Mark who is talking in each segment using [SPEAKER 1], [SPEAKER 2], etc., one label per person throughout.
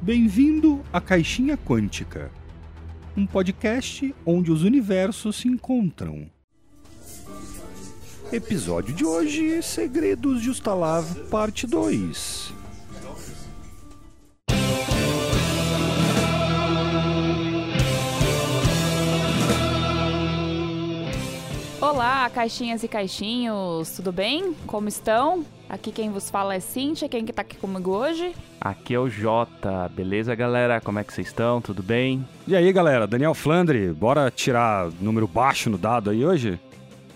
[SPEAKER 1] Bem-vindo à Caixinha Quântica, um podcast onde os universos se encontram. Episódio de hoje: Segredos de Ustalav, Parte 2.
[SPEAKER 2] Olá, caixinhas e caixinhos, tudo bem? Como estão? Aqui quem vos fala é Cintia, quem que tá aqui comigo hoje?
[SPEAKER 3] Aqui é o Jota, beleza galera? Como é que vocês estão? Tudo bem?
[SPEAKER 1] E aí, galera, Daniel Flandre, bora tirar número baixo no dado aí hoje?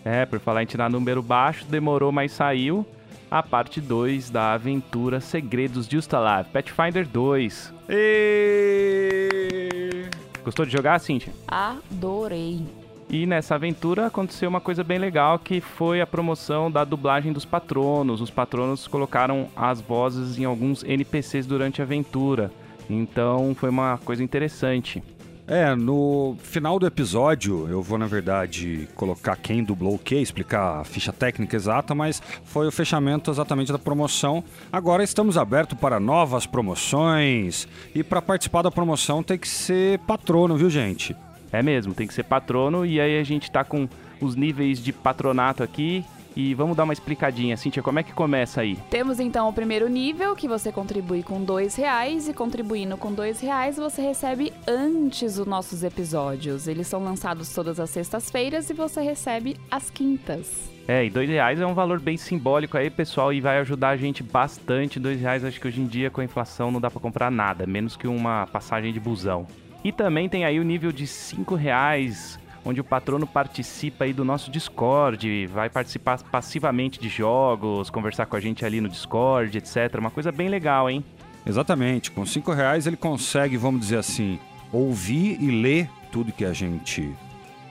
[SPEAKER 3] É, por falar em tirar número baixo, demorou, mas saiu a parte 2 da aventura Segredos de Ustalav, Pathfinder 2. E... Gostou de jogar, Cintia?
[SPEAKER 2] Adorei.
[SPEAKER 3] E nessa aventura aconteceu uma coisa bem legal que foi a promoção da dublagem dos patronos. Os patronos colocaram as vozes em alguns NPCs durante a aventura. Então foi uma coisa interessante.
[SPEAKER 1] É, no final do episódio eu vou, na verdade, colocar quem dublou o que, explicar a ficha técnica exata, mas foi o fechamento exatamente da promoção. Agora estamos abertos para novas promoções e para participar da promoção tem que ser patrono, viu, gente?
[SPEAKER 3] É mesmo, tem que ser patrono e aí a gente tá com os níveis de patronato aqui. E vamos dar uma explicadinha, Cintia, como é que começa aí?
[SPEAKER 2] Temos então o primeiro nível, que você contribui com dois reais, e contribuindo com dois reais você recebe antes os nossos episódios. Eles são lançados todas as sextas-feiras e você recebe às quintas.
[SPEAKER 3] É, e dois reais é um valor bem simbólico aí, pessoal, e vai ajudar a gente bastante. Dois reais acho que hoje em dia com a inflação não dá pra comprar nada, menos que uma passagem de busão. E também tem aí o nível de 5 reais, onde o patrono participa aí do nosso Discord, vai participar passivamente de jogos, conversar com a gente ali no Discord, etc. Uma coisa bem legal, hein?
[SPEAKER 1] Exatamente, com cinco reais ele consegue, vamos dizer assim, ouvir e ler tudo que a gente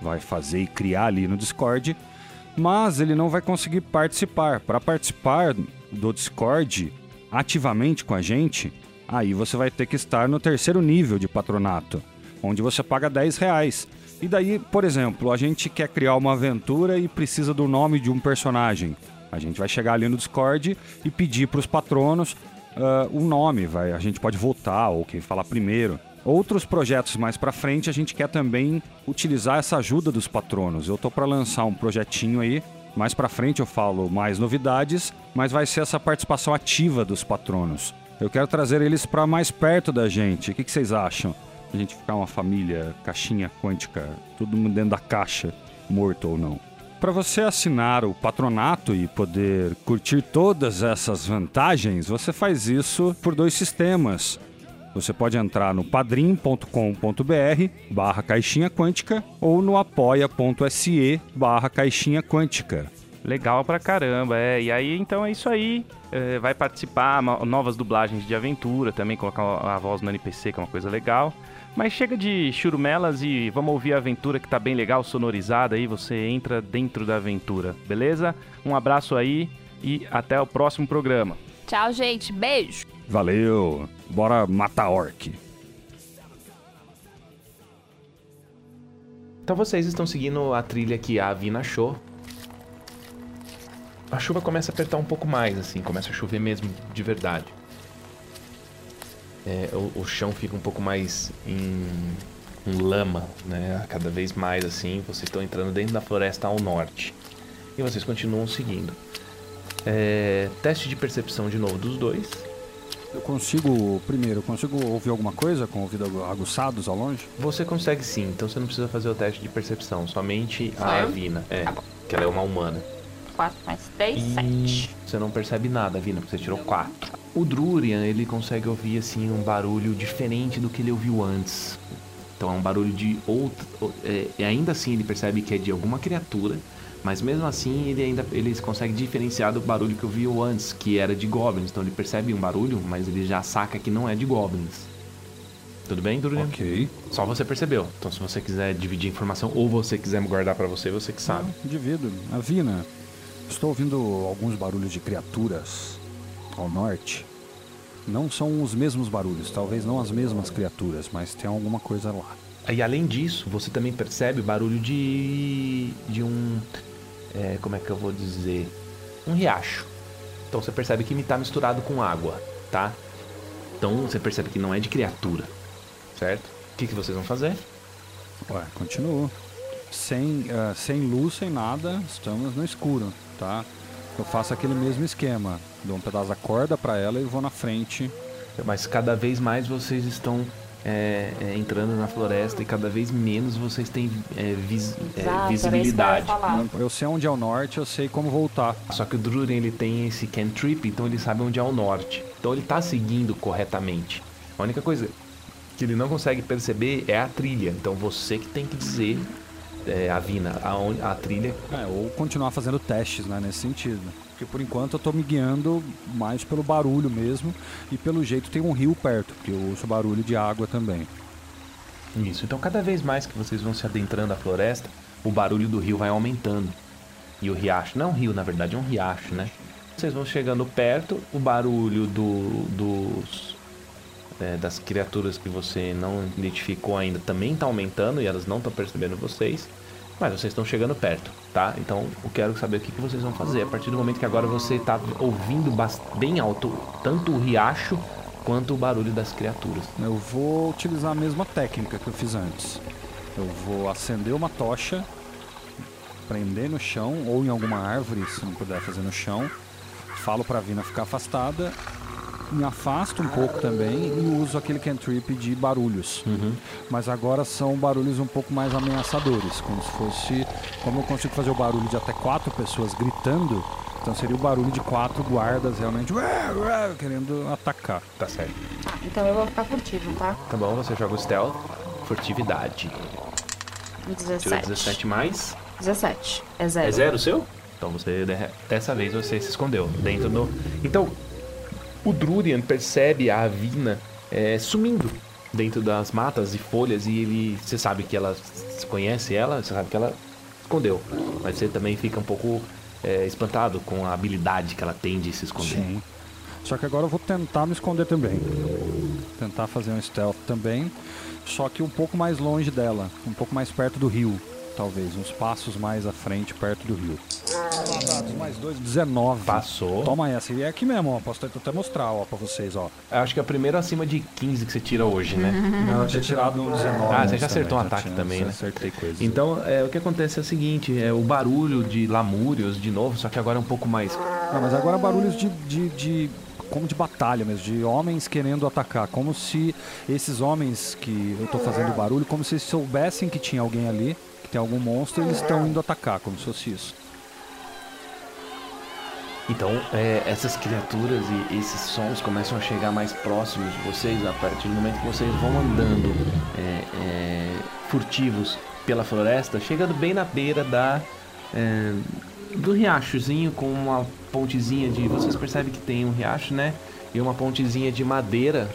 [SPEAKER 1] vai fazer e criar ali no Discord, mas ele não vai conseguir participar. Para participar do Discord ativamente com a gente, aí você vai ter que estar no terceiro nível de patronato, onde você paga 10 reais. E daí, por exemplo, a gente quer criar uma aventura e precisa do nome de um personagem. A gente vai chegar ali no Discord e pedir para os patronos ah, o nome, vai. A gente pode votar ou quem falar primeiro. Outros projetos mais para frente, a gente quer também utilizar essa ajuda dos patronos. Eu tô para lançar um projetinho aí, mais para frente eu falo mais novidades, mas vai ser essa participação ativa dos patronos. Eu quero trazer eles para mais perto da gente. O que, que vocês acham? A gente ficar uma família, caixinha quântica, todo mundo dentro da caixa, morto ou não. Para você assinar o patronato e poder curtir todas essas vantagens, você faz isso por dois sistemas. Você pode entrar no padrim.com.br barra caixinha quântica ou no apoia.se barra caixinha quântica.
[SPEAKER 3] Legal pra caramba, é. E aí, então é isso aí. É, vai participar no- novas dublagens de aventura também, colocar a voz no NPC, que é uma coisa legal. Mas chega de churumelas e vamos ouvir a aventura que tá bem legal, sonorizada aí. Você entra dentro da aventura, beleza? Um abraço aí e até o próximo programa.
[SPEAKER 2] Tchau, gente, beijo!
[SPEAKER 1] Valeu! Bora matar orc.
[SPEAKER 4] Então vocês estão seguindo a trilha que a Avina achou. A chuva começa a apertar um pouco mais, assim, começa a chover mesmo, de verdade. É, o, o chão fica um pouco mais em, em lama, né? Cada vez mais assim, vocês estão entrando dentro da floresta ao norte. E vocês continuam seguindo. É, teste de percepção de novo dos dois.
[SPEAKER 1] Eu consigo, primeiro, eu consigo ouvir alguma coisa com o ouvido agu- aguçados ao longe?
[SPEAKER 4] Você consegue sim, então você não precisa fazer o teste de percepção, somente
[SPEAKER 2] Só
[SPEAKER 4] a
[SPEAKER 2] eu?
[SPEAKER 4] Avina. É,
[SPEAKER 2] Tá bom.
[SPEAKER 4] que ela é uma humana.
[SPEAKER 2] 4 mais 3,
[SPEAKER 4] E
[SPEAKER 2] 7.
[SPEAKER 4] Você não percebe nada, Vina, porque você tirou 4. O Drurian, ele consegue ouvir, assim, um barulho diferente do que ele ouviu antes. Então é um barulho de outra... o- é, e ainda assim ele percebe que é de alguma criatura, mas mesmo assim ele ainda ele consegue diferenciar do barulho que ouviu antes, que era de goblins. Então ele percebe um barulho, mas ele já saca que não é de goblins. Tudo bem, Drurian?
[SPEAKER 1] Ok.
[SPEAKER 4] Só você percebeu. Então se você quiser dividir informação ou você quiser guardar pra você, você que sabe.
[SPEAKER 1] Uhum. Divido. Avina, né? estou ouvindo alguns barulhos de criaturas ao norte. Não são os mesmos barulhos, talvez não as mesmas criaturas, mas tem alguma coisa lá.
[SPEAKER 4] E além disso, você também percebe o barulho de. de um. é, como é que eu vou dizer? Um riacho. Então você percebe que me tá misturado com água, tá? Então você percebe que não é de criatura, certo? O que, que vocês vão fazer?
[SPEAKER 1] Ué, continuou. Sem, ah, sem luz, sem nada, estamos no escuro, tá? Eu faço aquele mesmo esquema. Dou um pedaço da corda pra ela e vou na frente.
[SPEAKER 4] Mas cada vez mais vocês estão é, é, entrando na floresta e cada vez menos vocês têm é, vis- é,
[SPEAKER 2] Exato, Era isso
[SPEAKER 4] visibilidade.
[SPEAKER 2] que eu ia
[SPEAKER 5] Tá.
[SPEAKER 2] falar.
[SPEAKER 1] Eu sei onde é o norte, eu sei como voltar.
[SPEAKER 4] Só que o Drurian ele tem esse cantrip, então ele sabe onde é o norte. Então ele tá seguindo corretamente. A única coisa que ele não consegue perceber é a trilha. Então você que tem que dizer, é, Avina, aonde- a trilha
[SPEAKER 1] É, ou continuar fazendo testes, né, nesse sentido. Porque por enquanto eu tô me guiando mais pelo barulho mesmo e pelo jeito tem um rio perto, porque eu ouço barulho de água também.
[SPEAKER 4] Isso. Então, cada vez mais que vocês vão se adentrando à floresta, o barulho do rio vai aumentando. E o riacho, não é um rio, na verdade, é um riacho, né? Vocês vão chegando perto, o barulho do, dos, é, das criaturas que você não identificou ainda também tá aumentando e elas não estão percebendo vocês. Mas vocês estão chegando perto, tá? Então eu quero saber o que, que vocês vão fazer. A partir do momento que agora você tá ouvindo bas- bem alto tanto o riacho quanto o barulho das criaturas.
[SPEAKER 1] Eu vou utilizar a mesma técnica que eu fiz antes. Eu vou acender uma tocha, prender no chão ou em alguma árvore, se não puder fazer no chão. Falo pra Vina ficar afastada, me afasto um pouco também e uso aquele cantrip de barulhos. Mas agora são barulhos um pouco mais ameaçadores, como se fosse. Como eu consigo fazer o barulho de até quatro pessoas gritando, então seria o barulho de quatro guardas realmente "Ué, ué", querendo atacar.
[SPEAKER 4] Tá certo.
[SPEAKER 5] Ah, então eu vou ficar furtivo, tá?
[SPEAKER 4] Tá bom, você joga o stealth, furtividade. Tirou
[SPEAKER 5] 17.
[SPEAKER 4] 17 mais.
[SPEAKER 5] 17. É zero.
[SPEAKER 4] É zero o seu? Então você, de- dessa vez, você se escondeu dentro do. Então, o Drurian percebe a Avina é, sumindo dentro das matas e folhas e ele. Você sabe que ela s- conhece ela, você sabe que ela escondeu. Mas você também fica um pouco é, espantado com a habilidade que ela tem de se esconder.
[SPEAKER 1] Sim. Só que agora eu vou tentar me esconder também. Tentar fazer um stealth também. Só que um pouco mais longe dela. Um pouco mais perto do rio. Talvez. Uns passos mais à frente, perto do rio. Mais dois, 19.
[SPEAKER 4] Passou.
[SPEAKER 1] Toma essa. E é aqui mesmo, ó. Posso até até mostrar, ó, pra vocês, ó.
[SPEAKER 4] Eu acho que é o primeiro acima de 15 que você tira hoje, né?
[SPEAKER 1] Não, eu tinha tirado um 19.
[SPEAKER 4] Ah,
[SPEAKER 1] antes
[SPEAKER 4] você já acertou um
[SPEAKER 1] já
[SPEAKER 4] ataque
[SPEAKER 1] tinha-
[SPEAKER 4] também,
[SPEAKER 1] já
[SPEAKER 4] né?
[SPEAKER 1] Acertei coisas.
[SPEAKER 4] Então, é, o que acontece é o seguinte, é o barulho de lamúrios de novo, só que agora é um pouco mais...
[SPEAKER 1] Não, mas agora barulhos de, de, de- como de batalha mesmo, de homens querendo atacar, como se esses homens que eu tô fazendo barulho, como se eles soubessem que tinha alguém ali, que tem algum monstro, eles estão indo atacar, como se fosse isso.
[SPEAKER 4] Então, é, essas criaturas e esses sons começam a chegar mais próximos de vocês a partir do momento que vocês vão andando é, é, furtivos pela floresta, chegando bem na beira da... é, do riachozinho com uma pontezinha de... Vocês percebem que tem um riacho, né? E uma pontezinha de madeira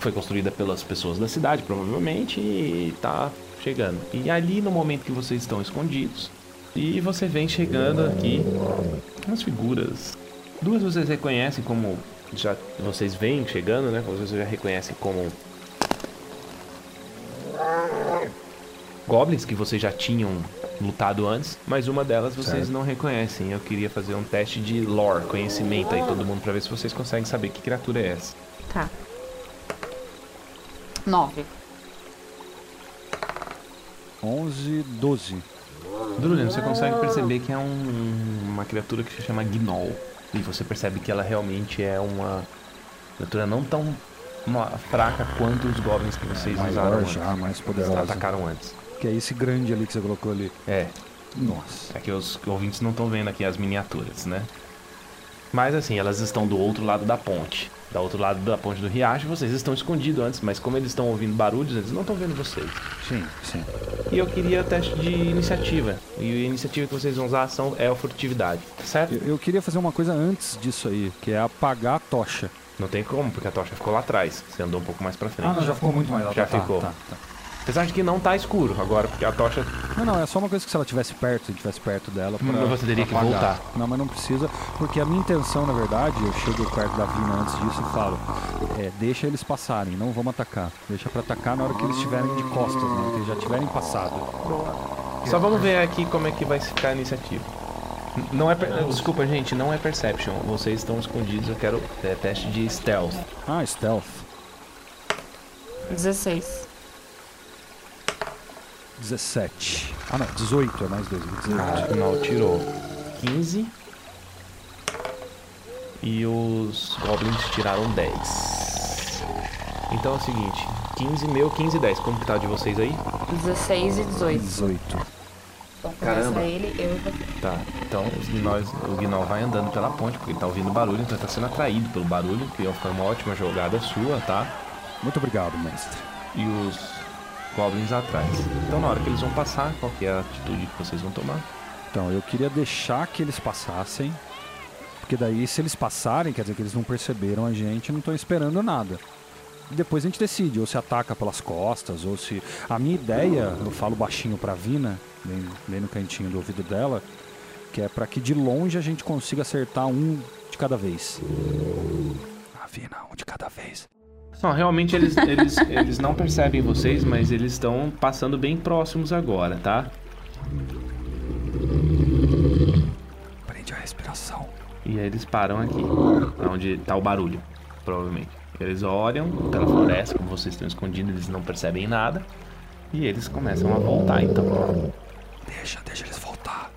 [SPEAKER 4] foi construída pelas pessoas da cidade, provavelmente, e tá chegando. E ali no momento que vocês estão escondidos, e você vem chegando aqui umas figuras. Duas vocês reconhecem como. Já vocês vêm chegando, né? Vocês já reconhecem como. Goblins que vocês já tinham lutado antes, mas uma delas vocês não reconhecem. Eu queria fazer um teste de lore, conhecimento aí todo mundo, pra ver se vocês conseguem saber que criatura é essa.
[SPEAKER 5] Tá. 9.
[SPEAKER 1] 11, 12.
[SPEAKER 4] Drulian, você consegue perceber que é um- uma criatura que se chama Gnol. E você percebe que ela realmente é uma criatura não tão uma- fraca quanto os goblins que vocês usaram
[SPEAKER 1] Maior
[SPEAKER 4] antes.
[SPEAKER 1] já, É, mais
[SPEAKER 4] Eles
[SPEAKER 1] poderosa.
[SPEAKER 4] atacaram antes.
[SPEAKER 1] Que é esse grande ali que você colocou ali.
[SPEAKER 4] É,
[SPEAKER 1] Nossa.
[SPEAKER 4] é que os ouvintes não estão vendo aqui as miniaturas, né? Mas assim, elas estão do outro lado da ponte. Da outro lado da ponte do riacho, vocês estão escondidos antes, mas como eles estão ouvindo barulhos, eles não estão vendo vocês.
[SPEAKER 1] Sim, sim.
[SPEAKER 4] E eu queria teste de iniciativa. E a iniciativa que vocês vão usar são, é a furtividade, certo?
[SPEAKER 1] Eu, eu queria fazer uma coisa antes disso aí, que é apagar a tocha.
[SPEAKER 4] Não tem como, porque a tocha ficou lá atrás. Você andou um pouco mais pra frente.
[SPEAKER 1] Ah, ficou muito mais
[SPEAKER 4] Já ficou.
[SPEAKER 1] tá,
[SPEAKER 4] Apesar de que não tá escuro agora, porque a tocha.
[SPEAKER 1] Não, não, é só uma coisa que se ela tivesse perto, se tivesse perto dela. pra-
[SPEAKER 4] Mas Hum, você teria que
[SPEAKER 1] pra apagar.
[SPEAKER 4] voltar.
[SPEAKER 1] Não, mas não precisa, porque a minha intenção, na verdade, eu chego perto da Vina antes disso e falo: é, deixa eles passarem, não vamos atacar. Deixa pra atacar na hora que eles estiverem de costas, né? Que eles já tiverem passado.
[SPEAKER 4] Só vamos ver aqui como é que vai ficar a iniciativa. Não é. per- Desculpa, gente, não é perception. Vocês estão escondidos, eu quero é, teste de stealth.
[SPEAKER 1] Ah, stealth.
[SPEAKER 5] 16.
[SPEAKER 1] 17. Ah, não, 18 é mais dois. 18.
[SPEAKER 4] Ah, não, tirou. 15. E os goblins tiraram 10. Então é o seguinte: 15 meu, 15 e 10. Como que tá de vocês aí?
[SPEAKER 5] 16 e 18.
[SPEAKER 1] 18.
[SPEAKER 5] Então começa
[SPEAKER 4] Caramba.
[SPEAKER 5] ele, eu e você.
[SPEAKER 4] Tá, então os gnolls- o Gnol vai andando pela ponte, porque ele tá ouvindo barulho, então ele tá sendo atraído pelo barulho, que foi uma ótima jogada sua, tá?
[SPEAKER 1] Muito obrigado, mestre.
[SPEAKER 4] E os goblins atrás. Então na hora que eles vão passar, qual que é a atitude que vocês vão tomar?
[SPEAKER 1] Então, eu queria deixar que eles passassem. Porque daí, se eles passarem, quer dizer que eles não perceberam a gente, não estão esperando nada. E depois a gente decide, ou se ataca pelas costas, ou se. A minha ideia, eu falo baixinho pra Vina, bem, bem no cantinho do ouvido dela, que é pra que de longe a gente consiga acertar um de cada vez. Ah, Vina, um de cada vez.
[SPEAKER 4] Não, realmente eles, eles, eles não percebem vocês, mas eles estão passando bem próximos agora, tá?
[SPEAKER 1] Prende a respiração.
[SPEAKER 4] E aí eles param aqui, onde tá o barulho, provavelmente. Eles olham pela floresta, como vocês estão escondidos, eles não percebem nada. E eles começam a voltar, então.
[SPEAKER 1] Deixa, deixa eles voltar.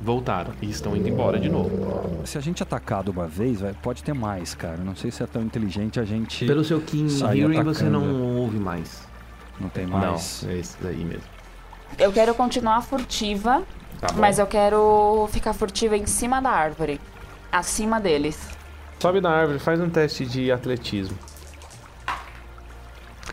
[SPEAKER 4] Voltaram e estão indo embora de novo.
[SPEAKER 1] Se a gente atacar de uma vez, vai- pode ter mais, cara. Não sei se é tão inteligente a gente.
[SPEAKER 4] Pelo seu Kim
[SPEAKER 1] Sai
[SPEAKER 4] Hearing, você
[SPEAKER 1] atacando.
[SPEAKER 4] não ouve mais.
[SPEAKER 1] Não tem mais.
[SPEAKER 4] Não, é esse daí mesmo.
[SPEAKER 5] Eu quero continuar furtiva,
[SPEAKER 4] Tá bom.
[SPEAKER 5] mas eu quero ficar furtiva em cima da árvore. Acima deles.
[SPEAKER 4] Sobe na árvore, faz um teste de atletismo.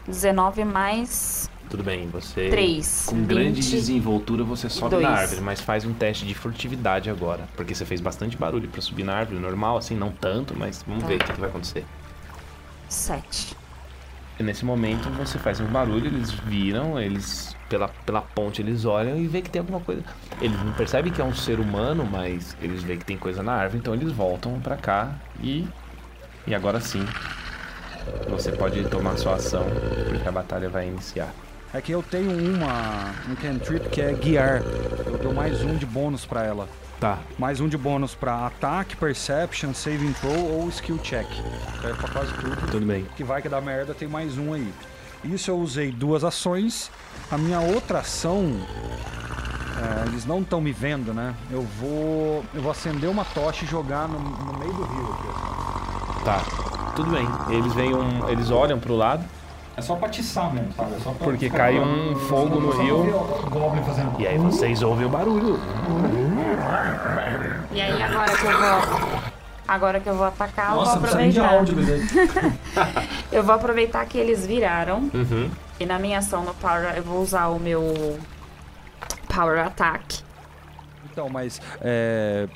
[SPEAKER 5] 19 mais
[SPEAKER 4] Tudo bem, você.
[SPEAKER 5] 3.
[SPEAKER 4] Com grande desenvoltura você sobe
[SPEAKER 5] Dois.
[SPEAKER 4] na árvore, mas faz um teste de furtividade agora. Porque você fez bastante barulho pra subir na árvore, normal, assim, não tanto, mas vamos ver o
[SPEAKER 5] Tá.
[SPEAKER 4] que, que vai acontecer.
[SPEAKER 5] 7.
[SPEAKER 4] E nesse momento você faz um barulho, eles viram, eles. Pela, pela ponte eles olham e vê que tem alguma coisa. Eles não percebem que é um ser humano, mas eles veem que tem coisa na árvore, então eles voltam pra cá e. E agora sim. Você pode tomar sua ação, porque a batalha vai iniciar.
[SPEAKER 1] É que eu tenho uma, um cantrip que é guiar. Eu dou mais um de bônus pra ela.
[SPEAKER 4] Tá.
[SPEAKER 1] Mais um de bônus pra ataque, perception, saving throw ou skill check. É pra quase tudo.
[SPEAKER 4] Tudo bem.
[SPEAKER 1] Que vai que dá merda, tem mais um aí. Isso eu usei duas ações. A minha outra ação. é, eles não estão me vendo, né? Eu vou. Eu vou acender uma tocha e jogar no, no meio do rio aqui.
[SPEAKER 4] Tá. Tudo bem. Eles vêm um- Eles olham pro lado,
[SPEAKER 1] É só pra atiçar mesmo, sabe? É só pra...
[SPEAKER 4] porque cai um fogo no rio.
[SPEAKER 1] Goblin fazendo.
[SPEAKER 4] E aí vocês ouvem o barulho.
[SPEAKER 5] E aí agora que eu vou. Agora que eu vou atacar, eu vou aproveitar. Eu vou aproveitar que eles viraram.
[SPEAKER 4] Uhum.
[SPEAKER 5] E na minha ação no Power, eu vou usar o meu Power Attack.
[SPEAKER 1] Então, mas é,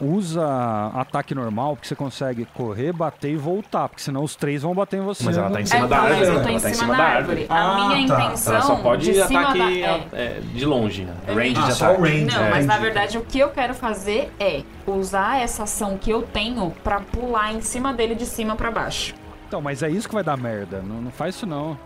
[SPEAKER 1] usa ataque normal, porque você consegue correr, bater e voltar, porque senão os três vão bater em você.
[SPEAKER 4] Mas ela tá em
[SPEAKER 5] É,
[SPEAKER 4] cima da
[SPEAKER 5] então,
[SPEAKER 4] árvore.
[SPEAKER 5] mas eu
[SPEAKER 4] ela
[SPEAKER 5] tô em
[SPEAKER 4] tá
[SPEAKER 5] cima, da árvore.
[SPEAKER 1] Ah,
[SPEAKER 5] a minha
[SPEAKER 1] tá.
[SPEAKER 5] intenção.
[SPEAKER 4] Ela só
[SPEAKER 5] Oh, de
[SPEAKER 4] pode
[SPEAKER 5] cima
[SPEAKER 4] ataque
[SPEAKER 5] da-
[SPEAKER 4] a-
[SPEAKER 5] é.
[SPEAKER 4] é, de longe. né? Range
[SPEAKER 5] Ah,
[SPEAKER 4] de
[SPEAKER 6] só o
[SPEAKER 4] ataque.
[SPEAKER 6] range.
[SPEAKER 5] Não,
[SPEAKER 4] É.
[SPEAKER 5] mas na verdade o que eu quero fazer é usar essa ação que eu tenho pra pular em cima dele de cima pra baixo.
[SPEAKER 1] Então, mas é isso que vai dar merda. Não, não faz isso não.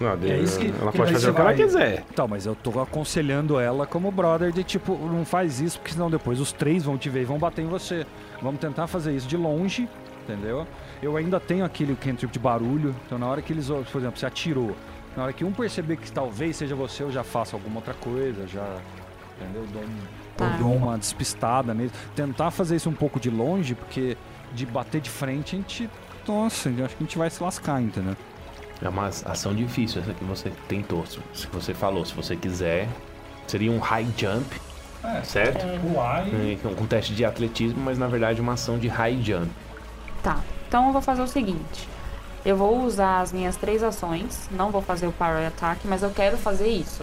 [SPEAKER 4] Não,
[SPEAKER 6] É isso que-
[SPEAKER 4] ela
[SPEAKER 6] que
[SPEAKER 4] pode
[SPEAKER 6] daí
[SPEAKER 4] fazer
[SPEAKER 6] você
[SPEAKER 4] o que ela
[SPEAKER 6] vai-
[SPEAKER 4] quiser.
[SPEAKER 1] Então, mas eu tô aconselhando ela como brother de tipo, não faz isso, porque senão depois os três vão te ver e vão bater em você. Vamos tentar fazer isso de longe, entendeu? Eu ainda tenho aquele cantrip de barulho, então na hora que eles, por exemplo, você atirou, na hora que um perceber que talvez seja você, eu já faço alguma outra coisa, já, entendeu? Dou um-
[SPEAKER 5] Tá.
[SPEAKER 1] eu dou uma despistada nele. Tentar fazer isso um pouco de longe, porque de bater de frente a gente. Nossa, eu acho que a gente vai se lascar, entendeu?
[SPEAKER 4] É uma ação difícil essa que você tentou. Se se você falou, se você quiser, seria um high jump, certo?
[SPEAKER 6] Pular e.
[SPEAKER 4] É, Com um teste de atletismo, mas na verdade é uma ação de high jump.
[SPEAKER 5] Tá, então eu vou fazer o seguinte. Eu vou usar as minhas três ações, não vou fazer o Power Attack, mas eu quero fazer isso.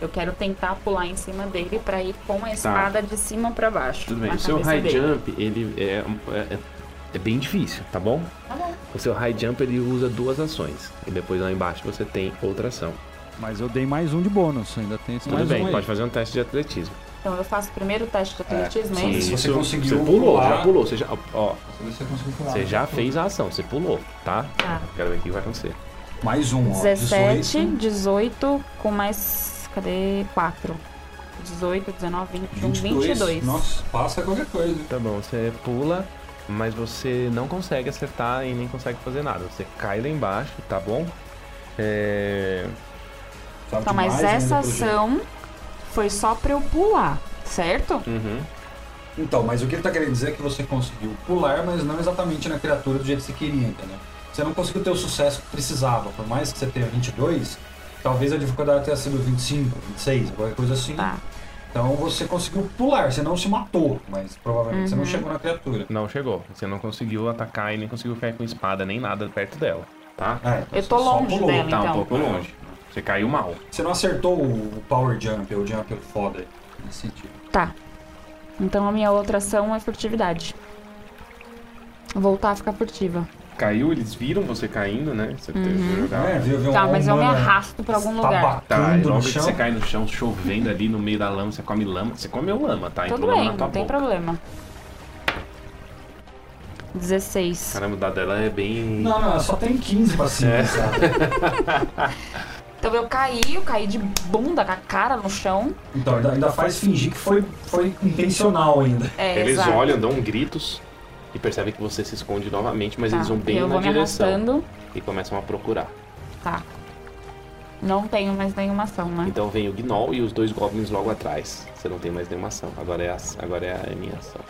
[SPEAKER 5] Eu quero tentar pular em cima dele pra ir com a espada de cima pra baixo.
[SPEAKER 4] Tá. Tudo bem.
[SPEAKER 5] na
[SPEAKER 4] O seu
[SPEAKER 5] cabeça
[SPEAKER 4] high
[SPEAKER 5] dele.
[SPEAKER 4] jump, ele é, é, é bem difícil, tá bom?
[SPEAKER 5] Tá bom.
[SPEAKER 4] O seu high jump, ele usa duas ações. E depois lá embaixo você tem outra ação.
[SPEAKER 1] Mas eu dei mais um de bônus, ainda tem esse
[SPEAKER 4] Tudo
[SPEAKER 1] mais
[SPEAKER 4] bem,
[SPEAKER 1] um aí.
[SPEAKER 4] pode fazer um teste de atletismo.
[SPEAKER 5] Então eu faço o primeiro teste de atletismo, é,
[SPEAKER 6] sim.
[SPEAKER 5] isso?
[SPEAKER 6] se você
[SPEAKER 4] Isso, Você
[SPEAKER 6] conseguiu
[SPEAKER 4] Tá. pulou,
[SPEAKER 6] pular-
[SPEAKER 4] já pulou. Você já, ó,
[SPEAKER 6] Você conseguiu né? pular.
[SPEAKER 4] você já fez a ação, você pulou, tá?
[SPEAKER 5] Tá.
[SPEAKER 4] Quero ver o que vai acontecer.
[SPEAKER 6] Mais um, ó.
[SPEAKER 5] 17,
[SPEAKER 6] 18.
[SPEAKER 5] 18, com mais. Cadê? 4. 18, 19, 20, 22. 22.
[SPEAKER 6] Nossa, passa qualquer coisa.
[SPEAKER 4] Tá bom, você pula, mas você não consegue acertar e nem consegue fazer nada. Você cai lá embaixo, tá bom? É...
[SPEAKER 6] Sabe
[SPEAKER 5] Tá, mas
[SPEAKER 4] né,
[SPEAKER 6] demais
[SPEAKER 5] essa
[SPEAKER 6] ainda do projeto.
[SPEAKER 5] ação foi só pra eu pular, certo?
[SPEAKER 4] Uhum.
[SPEAKER 6] Então, mas o que ele tá querendo dizer é que você conseguiu pular, mas não exatamente na criatura do jeito que você queria, entendeu? Você não conseguiu ter o sucesso que precisava. Por mais que você tenha 22, talvez a dificuldade tenha sido 25, 26, qualquer coisa assim.
[SPEAKER 5] Tá.
[SPEAKER 6] Então você conseguiu pular, você não se matou, mas provavelmente você não
[SPEAKER 5] Uhum.
[SPEAKER 6] chegou na criatura.
[SPEAKER 4] Não chegou. Você não conseguiu atacar e nem conseguiu cair com espada nem nada perto dela, tá?
[SPEAKER 6] É, então
[SPEAKER 5] Eu tô
[SPEAKER 6] você só
[SPEAKER 5] longe
[SPEAKER 6] pulou.
[SPEAKER 5] dela,
[SPEAKER 4] Tá um
[SPEAKER 5] então.
[SPEAKER 4] pouco longe. Você caiu mal.
[SPEAKER 6] Você não acertou o power jump, o jump foda nesse sentido.
[SPEAKER 5] Tá. Então a minha outra ação é furtividade. Voltar a ficar furtiva.
[SPEAKER 4] Caiu, eles viram você caindo, né? Você teve que jogar.
[SPEAKER 6] É, viu, viu
[SPEAKER 5] Tá,
[SPEAKER 6] uma
[SPEAKER 5] mas eu me
[SPEAKER 6] onda
[SPEAKER 5] arrasto pra algum lugar.
[SPEAKER 4] Tá, e
[SPEAKER 6] Tabacando no
[SPEAKER 4] logo que
[SPEAKER 6] chão.
[SPEAKER 4] você cai no chão chovendo ali no meio da lama, você come lama. Você comeu lama, tá?
[SPEAKER 5] Tudo
[SPEAKER 4] Entrou lama
[SPEAKER 5] bem,
[SPEAKER 4] na tua
[SPEAKER 5] não tem
[SPEAKER 4] boca.
[SPEAKER 5] problema. 16.
[SPEAKER 4] Caramba, o dado dela é bem.
[SPEAKER 6] Não, não, só tem 15 pra cima,
[SPEAKER 4] É.
[SPEAKER 6] sabe?
[SPEAKER 5] Então eu caí, eu caí de bunda com a cara no chão.
[SPEAKER 6] Então, ainda, ainda faz fingir que foi, foi intencional ainda.
[SPEAKER 5] É,
[SPEAKER 4] Eles
[SPEAKER 5] exato.
[SPEAKER 4] olham, dão gritos e percebem que você se esconde novamente, mas
[SPEAKER 5] Tá,
[SPEAKER 4] eles vão bem
[SPEAKER 5] eu
[SPEAKER 4] na
[SPEAKER 5] vou me
[SPEAKER 4] direção
[SPEAKER 5] arrastando.
[SPEAKER 4] e começam a procurar.
[SPEAKER 5] Tá. Não tenho mais nenhuma ação, né?
[SPEAKER 4] Então vem o Gnoll e os dois goblins logo atrás. Você não tem mais nenhuma ação. Agora é a, agora é a minha ação.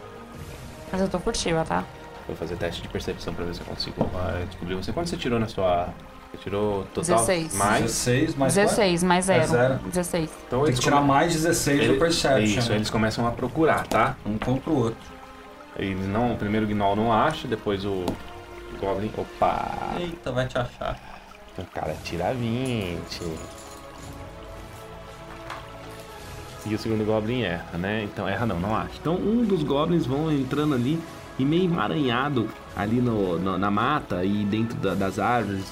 [SPEAKER 5] Mas eu tô furtiva, tá?
[SPEAKER 4] Vou fazer teste de percepção pra ver se eu consigo ah, descobrir você. Quanto você tirou na sua. Você tirou total
[SPEAKER 5] 16.
[SPEAKER 4] mais.
[SPEAKER 6] 16, mais
[SPEAKER 5] 16, mais
[SPEAKER 6] É
[SPEAKER 5] 0.
[SPEAKER 6] zero.
[SPEAKER 5] 16.
[SPEAKER 4] Então
[SPEAKER 6] Tem
[SPEAKER 4] eles
[SPEAKER 6] que tirar
[SPEAKER 4] come-
[SPEAKER 6] mais 16 do
[SPEAKER 4] Ele-
[SPEAKER 6] Perception.
[SPEAKER 4] É
[SPEAKER 6] né?
[SPEAKER 4] Isso, eles começam a procurar, tá?
[SPEAKER 6] Um contra o outro.
[SPEAKER 4] Eles não, o primeiro Gnoll não acha, depois o Goblin. Opa!
[SPEAKER 6] Eita, vai te achar.
[SPEAKER 4] O cara tira 20. E o segundo Goblin erra, né? Então erra não, não acha. Então um dos Goblins vão entrando ali e meio emaranhado ali no, no- na mata e dentro da- das árvores.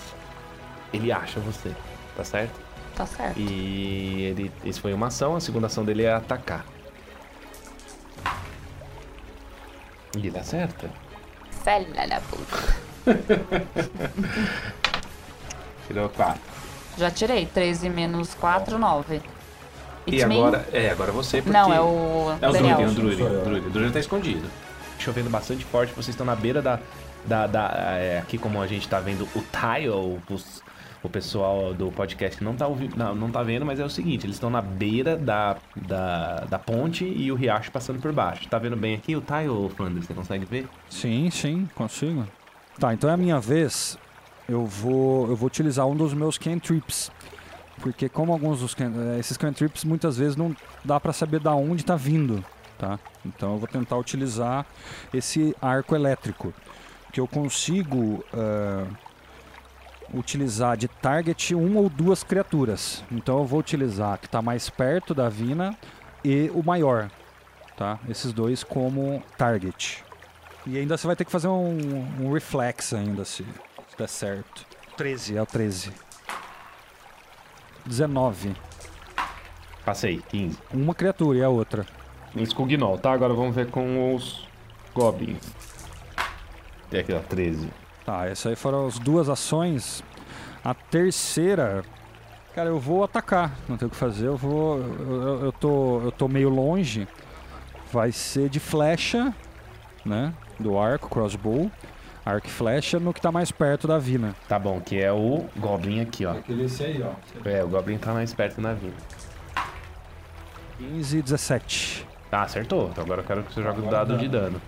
[SPEAKER 4] Ele acha você, tá certo?
[SPEAKER 5] Tá certo.
[SPEAKER 4] E ele. Isso foi uma ação, a segunda ação dele é atacar. E ele acerta.
[SPEAKER 5] Fela da puta.
[SPEAKER 4] Tirou 4.
[SPEAKER 5] Já tirei. 13 menos 4, 9.
[SPEAKER 4] E agora. É, agora você, porque.
[SPEAKER 5] Não, é o
[SPEAKER 4] É o Druid, é
[SPEAKER 5] Daniel.
[SPEAKER 4] o Druid.
[SPEAKER 6] Sou eu.
[SPEAKER 4] O Druid, o Druid tá escondido. Chovendo bastante forte, vocês estão na beira da. da, da- é, aqui como a gente tá vendo o tile, os- o pessoal do podcast não tá, ouvindo, não, não tá vendo, mas é o seguinte, eles estão na beira da, da, da ponte e o riacho passando por baixo. Tá vendo bem aqui o tile, Flanders? Você consegue ver?
[SPEAKER 1] Sim, sim, consigo. Tá, então é a minha vez. Eu vou, eu vou utilizar um dos meus cantrips. Porque como alguns dos can- eh, esses cantrips muitas vezes não dá pra saber da onde tá vindo, tá? Então eu vou tentar utilizar esse arco elétrico, que eu consigo eh, utilizar de target uma ou duas criaturas. Então eu vou utilizar a que tá mais perto da Vina e o maior, tá? Esses dois como target. E ainda você vai ter que fazer um, um reflex ainda, se, se der certo. 13, é o 13. 19.
[SPEAKER 4] Passei, 15.
[SPEAKER 1] Uma criatura e a outra.
[SPEAKER 4] Isso com o Gnoll, tá? Agora vamos ver com os Goblins. Tem aqui, ó, 13.
[SPEAKER 1] Tá, essas aí foram as duas ações. A terceira. Cara, eu vou atacar. Não tem o que fazer. Eu vou. Eu, eu- eu tô, eu tô meio longe. Vai ser de flecha, né? Do arco, crossbow. Arco e flecha no que tá mais perto da vina.
[SPEAKER 4] Tá bom, que é o Goblin aqui, ó.
[SPEAKER 6] Aquele esse aí, ó.
[SPEAKER 4] É, o Goblin tá mais perto na vida.
[SPEAKER 1] 15 e 17.
[SPEAKER 4] Ah, acertou. Então agora eu quero que você jogue o
[SPEAKER 6] Agora
[SPEAKER 4] dado
[SPEAKER 6] dá.
[SPEAKER 4] de dano.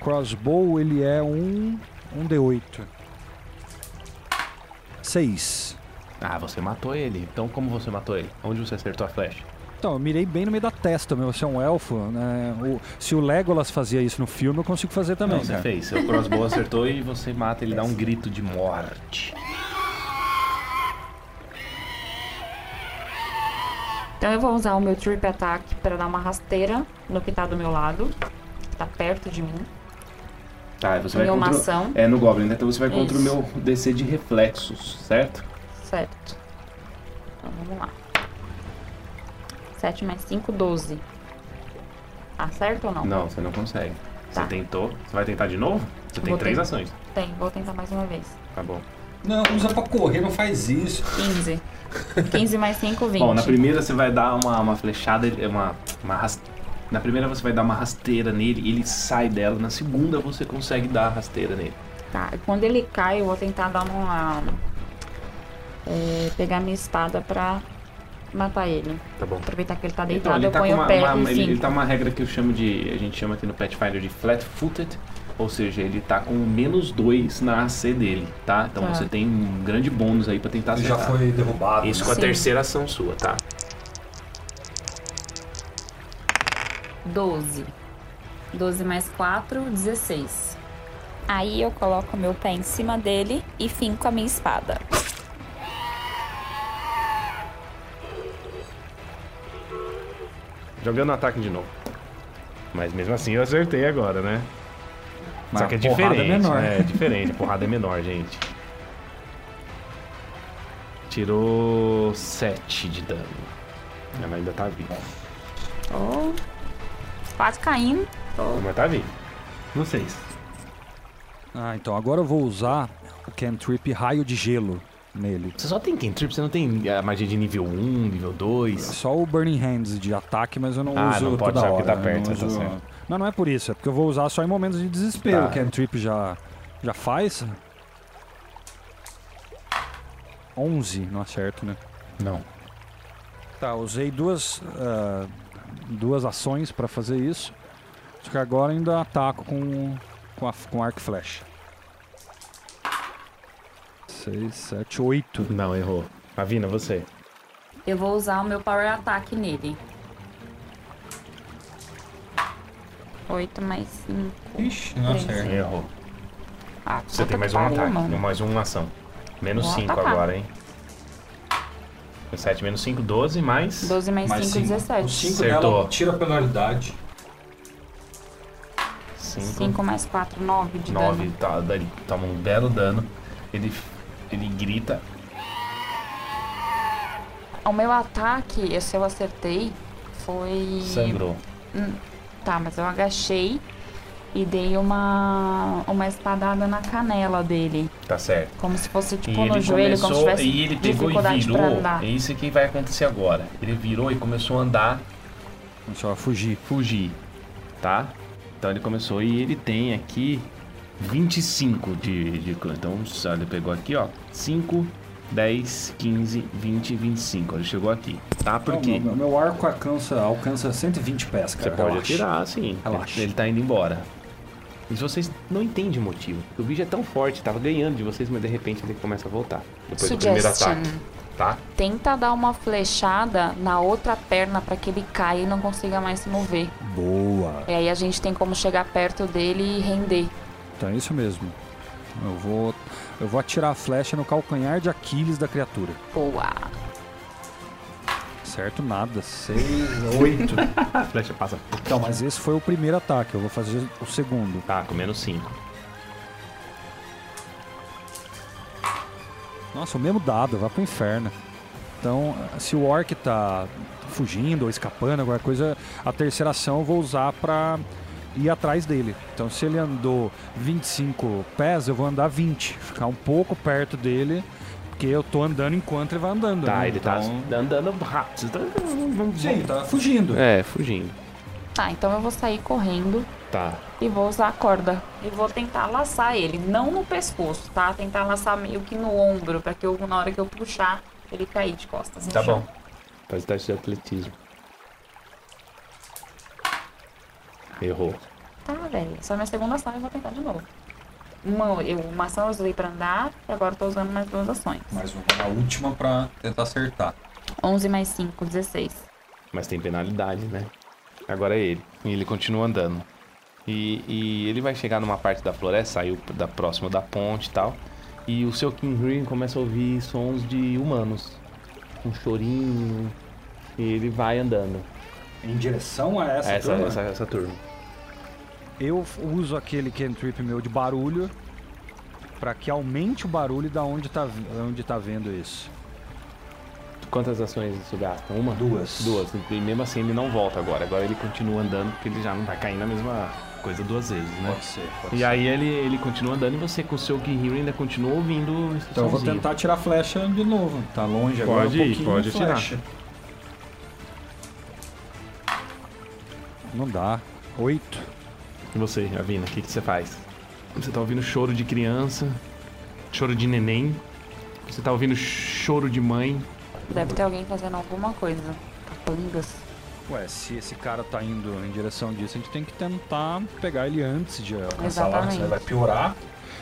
[SPEAKER 1] Crossbow, ele é um, um D8. 6.
[SPEAKER 4] Ah, você matou ele. Então como você matou ele? Onde você acertou a flecha?
[SPEAKER 1] Então, eu mirei bem no meio da testa, meu. Você é um elfo, né? O- se o Legolas fazia isso no filme, eu consigo fazer também, né?
[SPEAKER 4] Não, você
[SPEAKER 1] cara.
[SPEAKER 4] fez. Seu crossbow acertou e você mata, ele dá um grito de morte.
[SPEAKER 5] Então eu vou usar o meu Trip Attack pra dar uma rasteira no que tá do meu lado. Que tá perto de mim.
[SPEAKER 4] Tá, e você
[SPEAKER 5] Meu mação.
[SPEAKER 4] É, no Goblin, né? Então você vai
[SPEAKER 5] Isso.
[SPEAKER 4] DC de reflexos, certo?
[SPEAKER 5] Certo. Então vamos lá. 7 mais 5, 12. Acerta ou não?
[SPEAKER 4] Não, você não consegue. Você
[SPEAKER 5] Tá.
[SPEAKER 4] tentou. Você vai tentar de novo? Você tem
[SPEAKER 5] Vou
[SPEAKER 4] três
[SPEAKER 5] tentar.
[SPEAKER 4] ações.
[SPEAKER 5] Tem, vou tentar mais uma vez.
[SPEAKER 4] Tá bom.
[SPEAKER 7] Não, usa pra correr, não faz isso.
[SPEAKER 5] 15. 15 mais 5, 20.
[SPEAKER 3] Bom, na primeira você vai dar uma, uma flechada, é uma, uma ras- na primeira você vai dar uma rasteira nele, ele sai dela. Na segunda você consegue dar a rasteira nele.
[SPEAKER 5] Tá, e quando ele cai, eu vou tentar dar uma. é, pegar minha espada pra matar ele.
[SPEAKER 3] Tá bom.
[SPEAKER 5] Aproveitar que ele tá
[SPEAKER 3] Então,
[SPEAKER 5] deitado,
[SPEAKER 3] ele
[SPEAKER 5] eu
[SPEAKER 3] tá com
[SPEAKER 5] ponho
[SPEAKER 3] uma,
[SPEAKER 5] o pé em
[SPEAKER 3] uma- ele, ele
[SPEAKER 5] cinco.
[SPEAKER 3] tá uma regra que eu chamo de. A gente chama aqui no Pathfinder de flat footed. Ou seja, ele tá com menos 2 na AC dele, tá? Então
[SPEAKER 5] Tá.
[SPEAKER 3] você tem um grande bônus aí pra tentar
[SPEAKER 7] Ele já
[SPEAKER 4] tá-
[SPEAKER 3] acertar.
[SPEAKER 7] foi derrubado.
[SPEAKER 3] Isso
[SPEAKER 7] né?
[SPEAKER 3] tá com a
[SPEAKER 5] Sim.
[SPEAKER 3] terceira ação sua, tá?
[SPEAKER 5] 12. 12 mais 4, 16.
[SPEAKER 8] Aí eu coloco meu pé em cima dele e finco a minha espada.
[SPEAKER 4] Jogando ataque de novo. Mas mesmo assim eu acertei agora, né?
[SPEAKER 7] Mas
[SPEAKER 4] Só que é
[SPEAKER 7] a porrada
[SPEAKER 4] diferente.
[SPEAKER 7] É menor.
[SPEAKER 4] né? É diferente, a porrada é menor, gente. Tirou 7 de dano. Ela ainda tá viva.
[SPEAKER 5] Quase caindo.
[SPEAKER 4] Mas tá viva. Não sei.
[SPEAKER 1] Ah, então agora eu vou usar o cantrip raio de gelo nele.
[SPEAKER 4] Você só tem cantrip, você não tem a magia de nível 1, nível 2.
[SPEAKER 1] Só o Burning Hands de ataque, mas eu não
[SPEAKER 4] Ah,
[SPEAKER 1] uso
[SPEAKER 4] não pode
[SPEAKER 1] toda
[SPEAKER 4] usar
[SPEAKER 1] hora.
[SPEAKER 4] porque tá
[SPEAKER 1] eu
[SPEAKER 4] perto,
[SPEAKER 1] não,
[SPEAKER 4] tá
[SPEAKER 1] uso-
[SPEAKER 4] certo.
[SPEAKER 1] não, não é por isso. É porque eu vou usar só em momentos de desespero.
[SPEAKER 4] Tá.
[SPEAKER 1] O cantrip já, já faz. 11, não acerto, né?
[SPEAKER 4] Não.
[SPEAKER 1] Tá, usei duas, ah, duas ações pra fazer isso. Só que agora ainda ataco com, com, a, com arco e flecha. 6, 7, 8.
[SPEAKER 4] Não, errou. Avina, você.
[SPEAKER 5] Eu vou usar o meu power attack nele. 8 mais 5.
[SPEAKER 7] Ixi, não acerta.
[SPEAKER 4] Errou.
[SPEAKER 5] Ah,
[SPEAKER 4] Você
[SPEAKER 5] puta
[SPEAKER 4] tem
[SPEAKER 5] que
[SPEAKER 4] mais um
[SPEAKER 5] pariu,
[SPEAKER 4] ataque,
[SPEAKER 5] mano.
[SPEAKER 4] mais uma ação. Menos
[SPEAKER 5] Vou
[SPEAKER 4] 5
[SPEAKER 5] atacar.
[SPEAKER 4] agora, hein? 7 menos 5, 12, mais...
[SPEAKER 5] 12 mais,
[SPEAKER 7] Mais
[SPEAKER 5] 5,
[SPEAKER 7] cinco.
[SPEAKER 5] 17.
[SPEAKER 7] O 5
[SPEAKER 4] Acertou.
[SPEAKER 7] dela tira a penalidade.
[SPEAKER 4] 5,
[SPEAKER 5] 5 mais 4, 9 de
[SPEAKER 4] 9,
[SPEAKER 5] dano.
[SPEAKER 4] tá, dali. Toma um belo dano. Ele, ele grita.
[SPEAKER 5] O meu ataque, se eu acertei, foi.
[SPEAKER 4] Sangrou.
[SPEAKER 5] Tá, mas eu agachei e dei uma, uma espadada na canela dele.
[SPEAKER 4] Tá certo.
[SPEAKER 5] Como se fosse tipo
[SPEAKER 4] E
[SPEAKER 5] no
[SPEAKER 4] ele
[SPEAKER 5] joelho, como se
[SPEAKER 4] começou
[SPEAKER 5] tivesse
[SPEAKER 4] e ele pegou e
[SPEAKER 5] dificuldade pra
[SPEAKER 4] virou.
[SPEAKER 5] andar.
[SPEAKER 4] É isso que vai acontecer agora. Ele virou e começou a andar,
[SPEAKER 1] Só fugir.
[SPEAKER 4] fugir, tá? Então ele começou e ele tem aqui 25 de, de clã. Então só ele pegou aqui, ó, 5, 10, 15, 20, 25. Ele chegou aqui, tá? Por quê?
[SPEAKER 7] Não, meu, meu arco alcança, alcança 120 pés,
[SPEAKER 4] Você
[SPEAKER 7] cara. Tá
[SPEAKER 4] pode
[SPEAKER 7] relaxa.
[SPEAKER 4] atirar, sim.
[SPEAKER 7] Relaxa.
[SPEAKER 4] Ele tá indo embora. E vocês não entendem o motivo. O bicho é tão forte, tava ganhando de vocês, mas de repente ele começa a voltar. Depois do primeiro
[SPEAKER 5] Suggestion.
[SPEAKER 4] ataque, tá?
[SPEAKER 5] Tenta dar uma flechada na outra perna pra que ele caia e não consiga mais se mover.
[SPEAKER 1] Boa.
[SPEAKER 5] E aí a gente tem como chegar perto dele e render.
[SPEAKER 1] Então é isso mesmo. Eu vou, eu vou atirar a flecha no calcanhar de Aquiles da criatura.
[SPEAKER 5] Boa!
[SPEAKER 1] Certo? Nada. 6, 8.
[SPEAKER 4] A flecha passa
[SPEAKER 1] então, mas esse foi o primeiro ataque. Eu vou fazer o segundo.
[SPEAKER 4] Tá, com menos 5.
[SPEAKER 1] Nossa, o mesmo dado. Vai pro inferno. Então, se o orc tá fugindo ou escapando, alguma coisa, a terceira ação eu vou usar pra ir atrás dele. Então, se ele andou 25 pés, eu vou andar 20. Ficar um pouco perto dele, porque eu tô andando enquanto ele vai andando.
[SPEAKER 4] Tá,
[SPEAKER 1] né?
[SPEAKER 4] ele tá
[SPEAKER 1] então...
[SPEAKER 4] andando rápido. Tá...
[SPEAKER 1] Sim, tá fugindo.
[SPEAKER 4] É, fugindo.
[SPEAKER 5] Tá, então eu vou sair correndo
[SPEAKER 4] Tá.
[SPEAKER 5] e vou usar a corda. E vou tentar laçar ele, não no pescoço, tá? Tentar laçar meio que no ombro, pra que eu, na hora que eu puxar, ele cair de costas. no
[SPEAKER 4] Tá
[SPEAKER 5] chão.
[SPEAKER 4] bom. Faz teste de atletismo. Errou.
[SPEAKER 5] Tá, velho. Só minha segunda ação eu vou tentar de novo. Uma, eu, uma ação eu usei pra andar e agora eu tô usando mais duas ações.
[SPEAKER 7] Mais uma, a última pra tentar acertar.
[SPEAKER 5] 11 mais 5, 16.
[SPEAKER 4] Mas tem penalidade, né? Agora é ele. E ele continua andando. E, e ele vai chegar numa parte da floresta, saiu da próxima da ponte e tal. E o seu King Green começa a ouvir sons de humanos. Um chorinho. E ele vai andando.
[SPEAKER 7] Em direção a essa,
[SPEAKER 4] Essa,
[SPEAKER 7] turma?
[SPEAKER 4] essa, essa turma.
[SPEAKER 1] Eu f- uso aquele cantrip meu de barulho pra que aumente o barulho da onde tá, vi- onde tá vendo isso.
[SPEAKER 4] Quantas ações isso gasta? Uma?
[SPEAKER 1] Duas.
[SPEAKER 4] Duas. E mesmo assim ele não volta agora. Agora ele continua andando porque ele já não vai cair na tá mesma coisa duas vezes, né?
[SPEAKER 6] Pode ser, pode
[SPEAKER 4] E
[SPEAKER 6] ser.
[SPEAKER 4] aí ele, ele continua andando e você com o seu guerreiro ainda continua ouvindo. a
[SPEAKER 6] Então eu vou
[SPEAKER 4] instruçãozinha.
[SPEAKER 6] tentar tirar a flecha de novo. Tá longe agora.
[SPEAKER 9] Pode
[SPEAKER 6] um
[SPEAKER 9] ir,
[SPEAKER 6] pouquinho,
[SPEAKER 9] pode tirar.
[SPEAKER 6] flecha.
[SPEAKER 1] Não dá. Oito.
[SPEAKER 4] E você, Avina, o que, que você faz? Você tá ouvindo choro de criança, choro de neném, você tá ouvindo choro de mãe.
[SPEAKER 5] Deve ter alguém fazendo alguma coisa. Tá Capangas.
[SPEAKER 1] Ué, se esse cara tá indo em direção disso, a gente tem que tentar pegar ele antes de alcançar lá, né?
[SPEAKER 5] Exatamente.
[SPEAKER 1] senão ele vai piorar.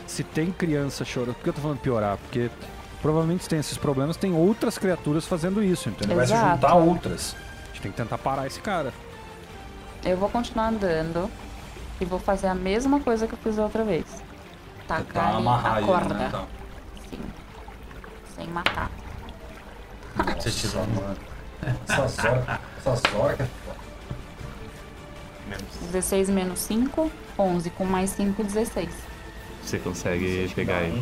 [SPEAKER 1] Se tem criança chorando, por que eu tô falando piorar? Porque provavelmente se tem esses problemas, tem outras criaturas fazendo isso, então ele vai se
[SPEAKER 5] Exato.
[SPEAKER 1] juntar a outras. A gente tem que tentar parar esse cara.
[SPEAKER 5] Eu vou continuar andando e vou fazer a mesma coisa que eu fiz da outra vez.
[SPEAKER 4] tá
[SPEAKER 6] Tá
[SPEAKER 5] Tacar ali
[SPEAKER 6] amarrar
[SPEAKER 5] a
[SPEAKER 6] ele,
[SPEAKER 5] corda.
[SPEAKER 6] né?
[SPEAKER 4] então.
[SPEAKER 6] Tá.
[SPEAKER 5] Sim. Sem matar.
[SPEAKER 6] Nossa, mano. Essas horas, essas horas que é foda.
[SPEAKER 5] 16 menos 5, 11. Com mais 5, 16.
[SPEAKER 4] Você consegue pegar ele.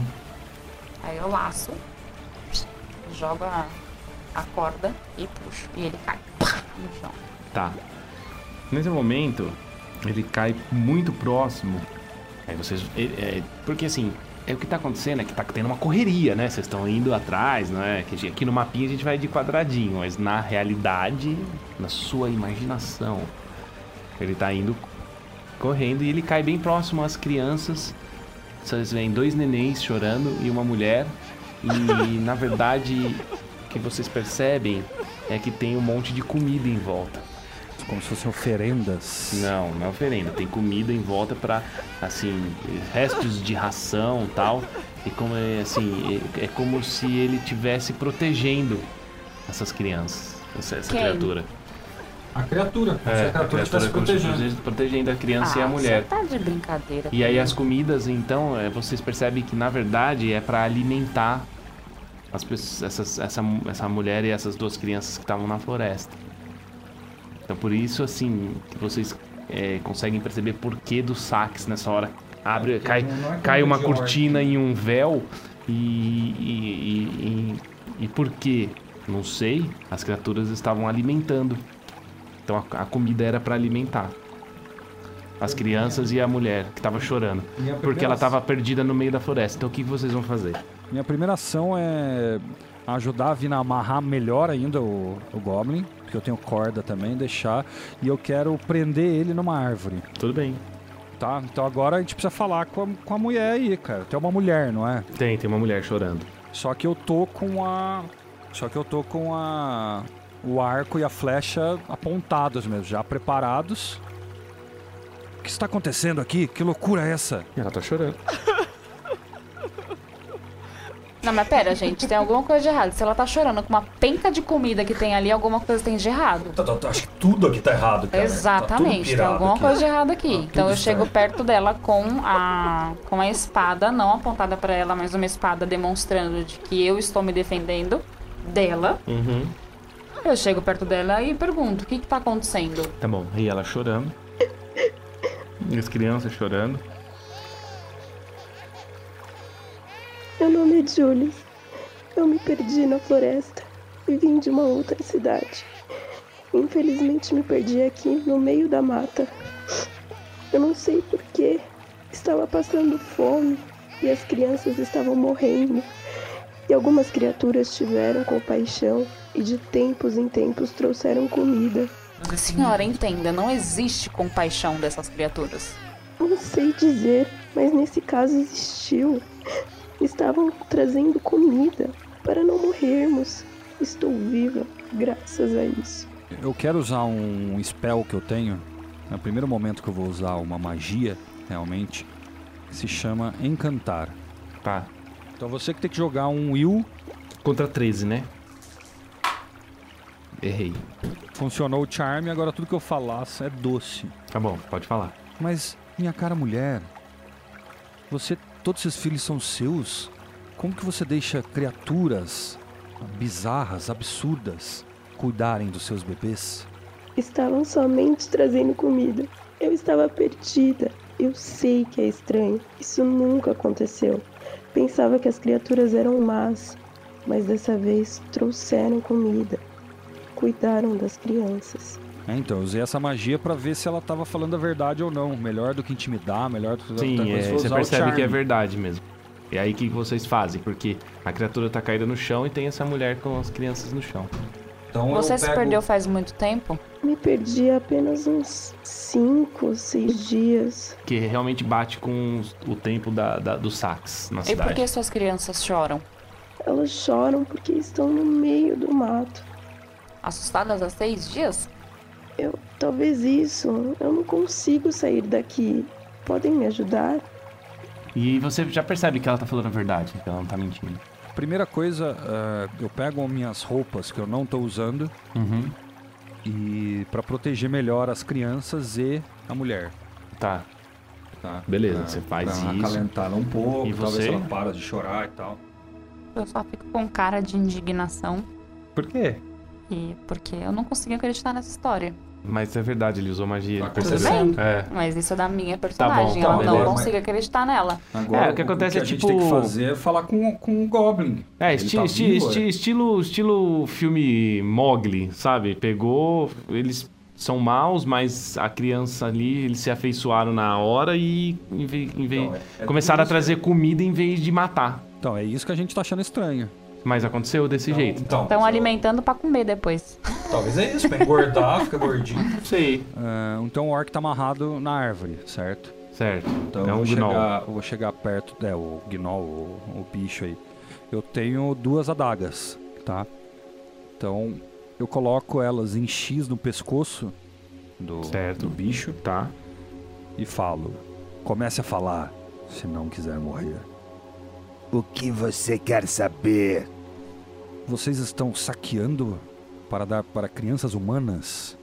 [SPEAKER 5] Aí eu laço, jogo a, a corda e puxo. E ele cai pá, no chão.
[SPEAKER 4] Tá. Nesse momento, ele cai muito próximo. Aí vocês. ele- é, porque assim, é o que tá acontecendo, é que tá tendo uma correria, né? Vocês estão indo atrás, né? Que a gente- aqui no mapinha a gente vai de quadradinho, mas na realidade, na sua imaginação, ele tá indo correndo e ele cai bem próximo às crianças. Vocês veem dois nenéns chorando e uma mulher. E na verdade, o que vocês percebem é que tem um monte de comida em volta.
[SPEAKER 1] Como se fossem oferendas.
[SPEAKER 4] Não, não é oferenda. Tem comida em volta pra, assim, restos de ração e tal. E como é, assim, é, é como se ele tivesse protegendo essas crianças, essa, essa
[SPEAKER 5] Quem?
[SPEAKER 4] criatura.
[SPEAKER 6] A criatura.
[SPEAKER 4] É,
[SPEAKER 6] se É, a criatura
[SPEAKER 1] tá
[SPEAKER 6] estivesse
[SPEAKER 4] como se
[SPEAKER 6] protegendo.
[SPEAKER 4] estivesse protegendo a criança e
[SPEAKER 5] Ah,
[SPEAKER 4] a mulher.
[SPEAKER 5] Você tá de brincadeira.
[SPEAKER 4] E aí
[SPEAKER 5] comigo.
[SPEAKER 4] as comidas, então, é, vocês percebem que na verdade é pra alimentar as pessoas, essas- essa, essa mulher e essas duas crianças que estavam na floresta. Então por isso assim que vocês é, conseguem perceber porquê dos saques nessa hora. Abre, cai,
[SPEAKER 6] não é
[SPEAKER 4] cai uma
[SPEAKER 6] comida de
[SPEAKER 4] cortina e um véu e e, e, e por quê? Não sei. As criaturas estavam alimentando. Então a, a comida era pra alimentar as crianças e a mulher que tava chorando.
[SPEAKER 6] Minha
[SPEAKER 4] Porque ela
[SPEAKER 6] primeira-
[SPEAKER 4] tava perdida no meio da floresta. Então o que vocês vão fazer?
[SPEAKER 1] Minha primeira ação é ajudar a Vina a amarrar melhor ainda o, o Goblin, porque eu tenho corda também, deixar. E eu quero prender ele numa árvore,
[SPEAKER 4] Tudo bem.
[SPEAKER 1] tá? Então agora a gente precisa falar com a, com a mulher aí, cara. Tem uma mulher, não é?
[SPEAKER 4] Tem, tem uma mulher chorando.
[SPEAKER 1] Só que eu tô com a. Só que eu tô com a. O arco e a flecha apontados mesmo, já preparados. O que está acontecendo aqui? Que loucura é essa?
[SPEAKER 4] Ela tá chorando.
[SPEAKER 5] Não, mas pera, gente, tem alguma coisa de errado. Se ela tá chorando com uma penca de comida que tem ali, alguma coisa tem de errado.
[SPEAKER 6] Tá, tá, tá, acho que tudo aqui tá errado, cara. Tá tudo
[SPEAKER 5] Exatamente, tem
[SPEAKER 6] pirado
[SPEAKER 5] alguma
[SPEAKER 6] aqui. Tá
[SPEAKER 5] coisa de errado aqui.
[SPEAKER 6] tudo
[SPEAKER 5] então eu chego
[SPEAKER 6] certo.
[SPEAKER 5] perto dela com a com a espada não apontada pra ela, mas uma espada demonstrando de que eu estou me defendendo dela.
[SPEAKER 4] Uhum.
[SPEAKER 5] Eu chego perto dela e pergunto: "O que que tá acontecendo?"
[SPEAKER 4] Tá bom. E ela chorando. E as crianças chorando.
[SPEAKER 10] Meu nome é Julius. Eu me perdi na floresta e vim de uma outra cidade. Infelizmente me perdi aqui no meio da mata. Eu não sei porquê. Estava passando fome e as crianças estavam morrendo. E algumas criaturas tiveram compaixão e de tempos em tempos trouxeram comida.
[SPEAKER 6] assim,
[SPEAKER 5] Senhora, entenda, não existe compaixão dessas criaturas.
[SPEAKER 10] Não sei dizer, mas nesse caso existiu. Estavam trazendo comida para não morrermos. Estou viva, graças a isso.
[SPEAKER 1] Eu quero usar um spell que eu tenho. É o primeiro momento que eu vou usar uma magia, realmente. que Se chama Encantar.
[SPEAKER 4] Tá.
[SPEAKER 1] Então você que tem que jogar um Will.
[SPEAKER 4] Contra 13, né? Errei.
[SPEAKER 1] Funcionou o charme, agora tudo que eu falasse é doce.
[SPEAKER 4] Tá bom, pode falar.
[SPEAKER 1] Mas, minha cara mulher, você. Todos esses filhos são seus? Como que você deixa criaturas bizarras, absurdas, cuidarem dos seus bebês?
[SPEAKER 10] Estavam somente trazendo comida. Eu estava perdida. Eu sei que é estranho. Isso nunca aconteceu. Pensava que as criaturas eram más, mas dessa vez trouxeram comida. Cuidaram das crianças.
[SPEAKER 1] É É, então, eu usei essa magia pra ver se ela tava falando a verdade ou não. Melhor do que intimidar, melhor do que outra
[SPEAKER 4] Sim,
[SPEAKER 1] coisa,
[SPEAKER 4] é,
[SPEAKER 1] vou
[SPEAKER 4] você
[SPEAKER 1] usar o
[SPEAKER 4] percebe que é
[SPEAKER 1] charme.
[SPEAKER 4] verdade mesmo. E aí o que vocês fazem? Porque a criatura tá caída no chão e tem essa mulher com as crianças no chão.
[SPEAKER 6] Então
[SPEAKER 5] Você
[SPEAKER 6] eu
[SPEAKER 5] se
[SPEAKER 6] pego-
[SPEAKER 5] perdeu faz muito tempo?
[SPEAKER 10] Me perdi há apenas uns cinco, seis dias.
[SPEAKER 4] Que realmente bate com os- o tempo da, da- dos saques na
[SPEAKER 5] E por
[SPEAKER 4] cidade.
[SPEAKER 5] que suas crianças choram?
[SPEAKER 10] Elas choram porque estão no meio do mato.
[SPEAKER 5] Assustadas há seis dias?
[SPEAKER 10] Eu, talvez isso, eu não consigo sair daqui. Podem me ajudar?
[SPEAKER 4] E você já percebe que ela tá falando a verdade, que ela não tá mentindo.
[SPEAKER 1] Primeira coisa, ah, eu pego minhas roupas que eu não tô usando
[SPEAKER 4] Uhum.
[SPEAKER 1] e para proteger melhor as crianças e a mulher.
[SPEAKER 4] Tá.
[SPEAKER 1] Tá?
[SPEAKER 4] Beleza,
[SPEAKER 1] Ah,
[SPEAKER 4] você faz
[SPEAKER 6] pra
[SPEAKER 4] isso.
[SPEAKER 6] acalentar ela um pouco,
[SPEAKER 4] E
[SPEAKER 6] talvez
[SPEAKER 4] você?
[SPEAKER 6] ela para de chorar e tal.
[SPEAKER 5] Eu só fico com cara de indignação.
[SPEAKER 4] Por quê?
[SPEAKER 5] E porque eu não consegui acreditar nessa história.
[SPEAKER 9] Mas é verdade, ele usou magia. Ele
[SPEAKER 6] Tá
[SPEAKER 9] percebeu.
[SPEAKER 5] Tudo bem,
[SPEAKER 9] É.
[SPEAKER 5] mas isso é da minha personagem.
[SPEAKER 4] tá
[SPEAKER 5] Ela
[SPEAKER 6] bom,
[SPEAKER 5] não
[SPEAKER 6] beleza, mas-
[SPEAKER 5] consigo acreditar nela.
[SPEAKER 6] Agora,
[SPEAKER 4] É, o que acontece
[SPEAKER 6] o
[SPEAKER 4] é
[SPEAKER 6] que
[SPEAKER 4] tipo-
[SPEAKER 6] a gente tem que fazer é falar com, com o Goblin.
[SPEAKER 4] É,
[SPEAKER 6] Ele
[SPEAKER 4] esti-
[SPEAKER 6] tá
[SPEAKER 4] esti-
[SPEAKER 6] vivo,
[SPEAKER 4] esti-
[SPEAKER 6] é?
[SPEAKER 4] estilo, estilo filme Mogli, sabe? Pegou, eles são maus, mas a criança ali, eles se afeiçoaram na hora e em vez- em vez-
[SPEAKER 6] Então, é- é
[SPEAKER 4] começaram a
[SPEAKER 6] tudo isso.
[SPEAKER 4] trazer comida em vez de matar.
[SPEAKER 1] Então, é isso que a gente tá achando estranho.
[SPEAKER 4] Mas aconteceu desse
[SPEAKER 6] Então-
[SPEAKER 4] jeito.
[SPEAKER 1] Tá
[SPEAKER 6] Então,
[SPEAKER 5] Estão
[SPEAKER 6] eu-
[SPEAKER 5] alimentando pra comer depois.
[SPEAKER 6] Talvez é isso, pra engordar, fica gordinho.
[SPEAKER 4] Não sei.
[SPEAKER 1] Ah, então o orc tá amarrado na árvore, certo?
[SPEAKER 4] Certo.
[SPEAKER 6] Então
[SPEAKER 4] é
[SPEAKER 6] eu
[SPEAKER 4] um
[SPEAKER 6] vou
[SPEAKER 4] gnoll.
[SPEAKER 1] chegar, eu vou chegar perto, é, o gnoll, o, o bicho aí. Eu tenho duas adagas, tá? Então, eu coloco elas em X no pescoço do,
[SPEAKER 4] Certo.
[SPEAKER 1] do bicho
[SPEAKER 4] Tá.
[SPEAKER 1] e falo: comece a falar, se não quiser morrer.
[SPEAKER 11] O que você quer saber?
[SPEAKER 1] Vocês estão saqueando para dar para crianças humanas?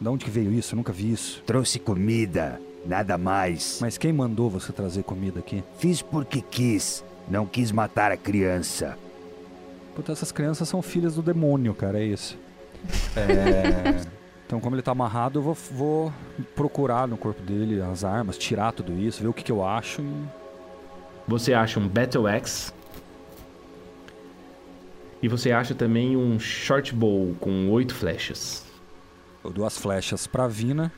[SPEAKER 1] Da onde que veio isso? Eu nunca vi isso.
[SPEAKER 11] Trouxe comida, nada mais.
[SPEAKER 1] Mas quem mandou você trazer comida aqui?
[SPEAKER 11] Fiz porque quis, não quis matar a criança.
[SPEAKER 1] Puta, essas crianças são filhas do demônio, cara, é isso. Então, como ele tá amarrado, eu vou, vou procurar no corpo dele as armas, tirar tudo isso, ver o que, que eu acho e.
[SPEAKER 4] Você acha um Battle Axe. E você acha também um Short Bow com oito flechas.
[SPEAKER 1] Eu dou as flechas pra Vina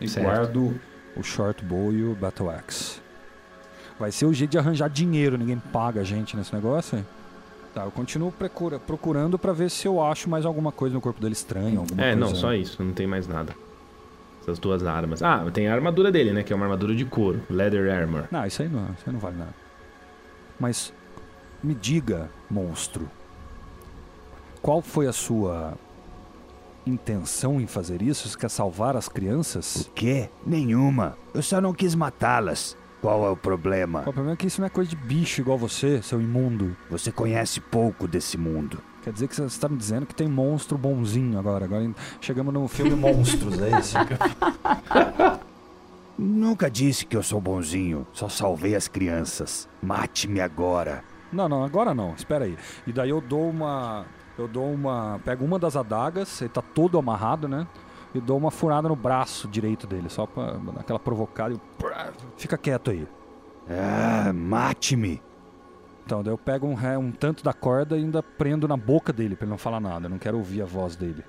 [SPEAKER 1] e
[SPEAKER 4] Certo.
[SPEAKER 1] guardo o short bow e o battle axe. Vai ser o jeito de arranjar dinheiro, ninguém paga a gente nesse negócio. hein? Tá, eu continuo procura- procurando pra ver se eu acho mais alguma coisa no corpo dele estranho, alguma
[SPEAKER 4] É,
[SPEAKER 1] coisa.
[SPEAKER 4] não, só isso, não tem mais nada. Essas duas armas. Ah, tem a armadura dele, né? Que é uma armadura de couro, Leather Armor.
[SPEAKER 1] Não, isso aí não, isso aí não vale nada. Mas me diga, monstro, qual foi a sua intenção em fazer isso? Você quer salvar as crianças?
[SPEAKER 11] O quê? Nenhuma. Eu só não quis matá-las. Qual é o problema?
[SPEAKER 1] O problema é que isso não é coisa de bicho igual você, seu imundo.
[SPEAKER 11] Você conhece pouco desse mundo.
[SPEAKER 1] Quer dizer que você está me dizendo que tem monstro bonzinho agora. Agora en- chegamos no filme Monstros, é isso?
[SPEAKER 11] Nunca disse que eu sou bonzinho, só salvei as crianças. Mate-me agora.
[SPEAKER 1] Não, não, agora não. Espera aí. E daí eu dou uma. Eu dou uma. Pego uma das adagas, ele tá todo amarrado, né? E dou uma furada no braço direito dele, só pra dar aquela provocada. e prá, Fica quieto aí.
[SPEAKER 11] Ah, mate-me.
[SPEAKER 1] Então, daí eu pego um, ré- um tanto da corda e ainda prendo na boca dele pra ele não falar nada. Eu não quero ouvir a voz dele.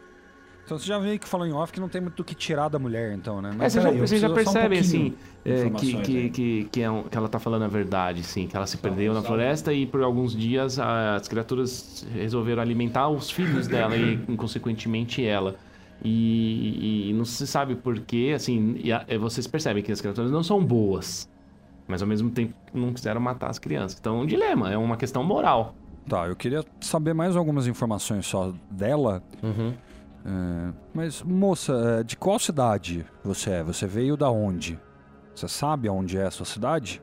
[SPEAKER 1] Então você já veio que falou em off que não tem muito do que tirar da mulher, então, né?
[SPEAKER 4] É, você já,
[SPEAKER 6] peraí, eu
[SPEAKER 4] você já
[SPEAKER 6] preciso só um
[SPEAKER 4] percebe, assim,
[SPEAKER 6] pouquinho de
[SPEAKER 4] é, que,
[SPEAKER 6] informações né? Tá,
[SPEAKER 4] que,
[SPEAKER 6] aí.
[SPEAKER 4] que, que, é um- que ela tá falando a verdade, sim. Que ela se perdeu na
[SPEAKER 6] só-
[SPEAKER 4] floresta e por alguns dias a- as criaturas resolveram alimentar os filhos dela e, consequentemente, ela. E, e- e não se sabe porquê, assim, e a- e vocês percebem que as criaturas não são boas. Mas ao mesmo tempo não quiseram matar as crianças. Então é um dilema, é uma questão moral.
[SPEAKER 1] Tá, eu queria saber mais algumas informações só dela.
[SPEAKER 6] Uhum.
[SPEAKER 1] É, mas, moça, é, de qual cidade você é? Você veio da onde? Você sabe aonde é a sua cidade?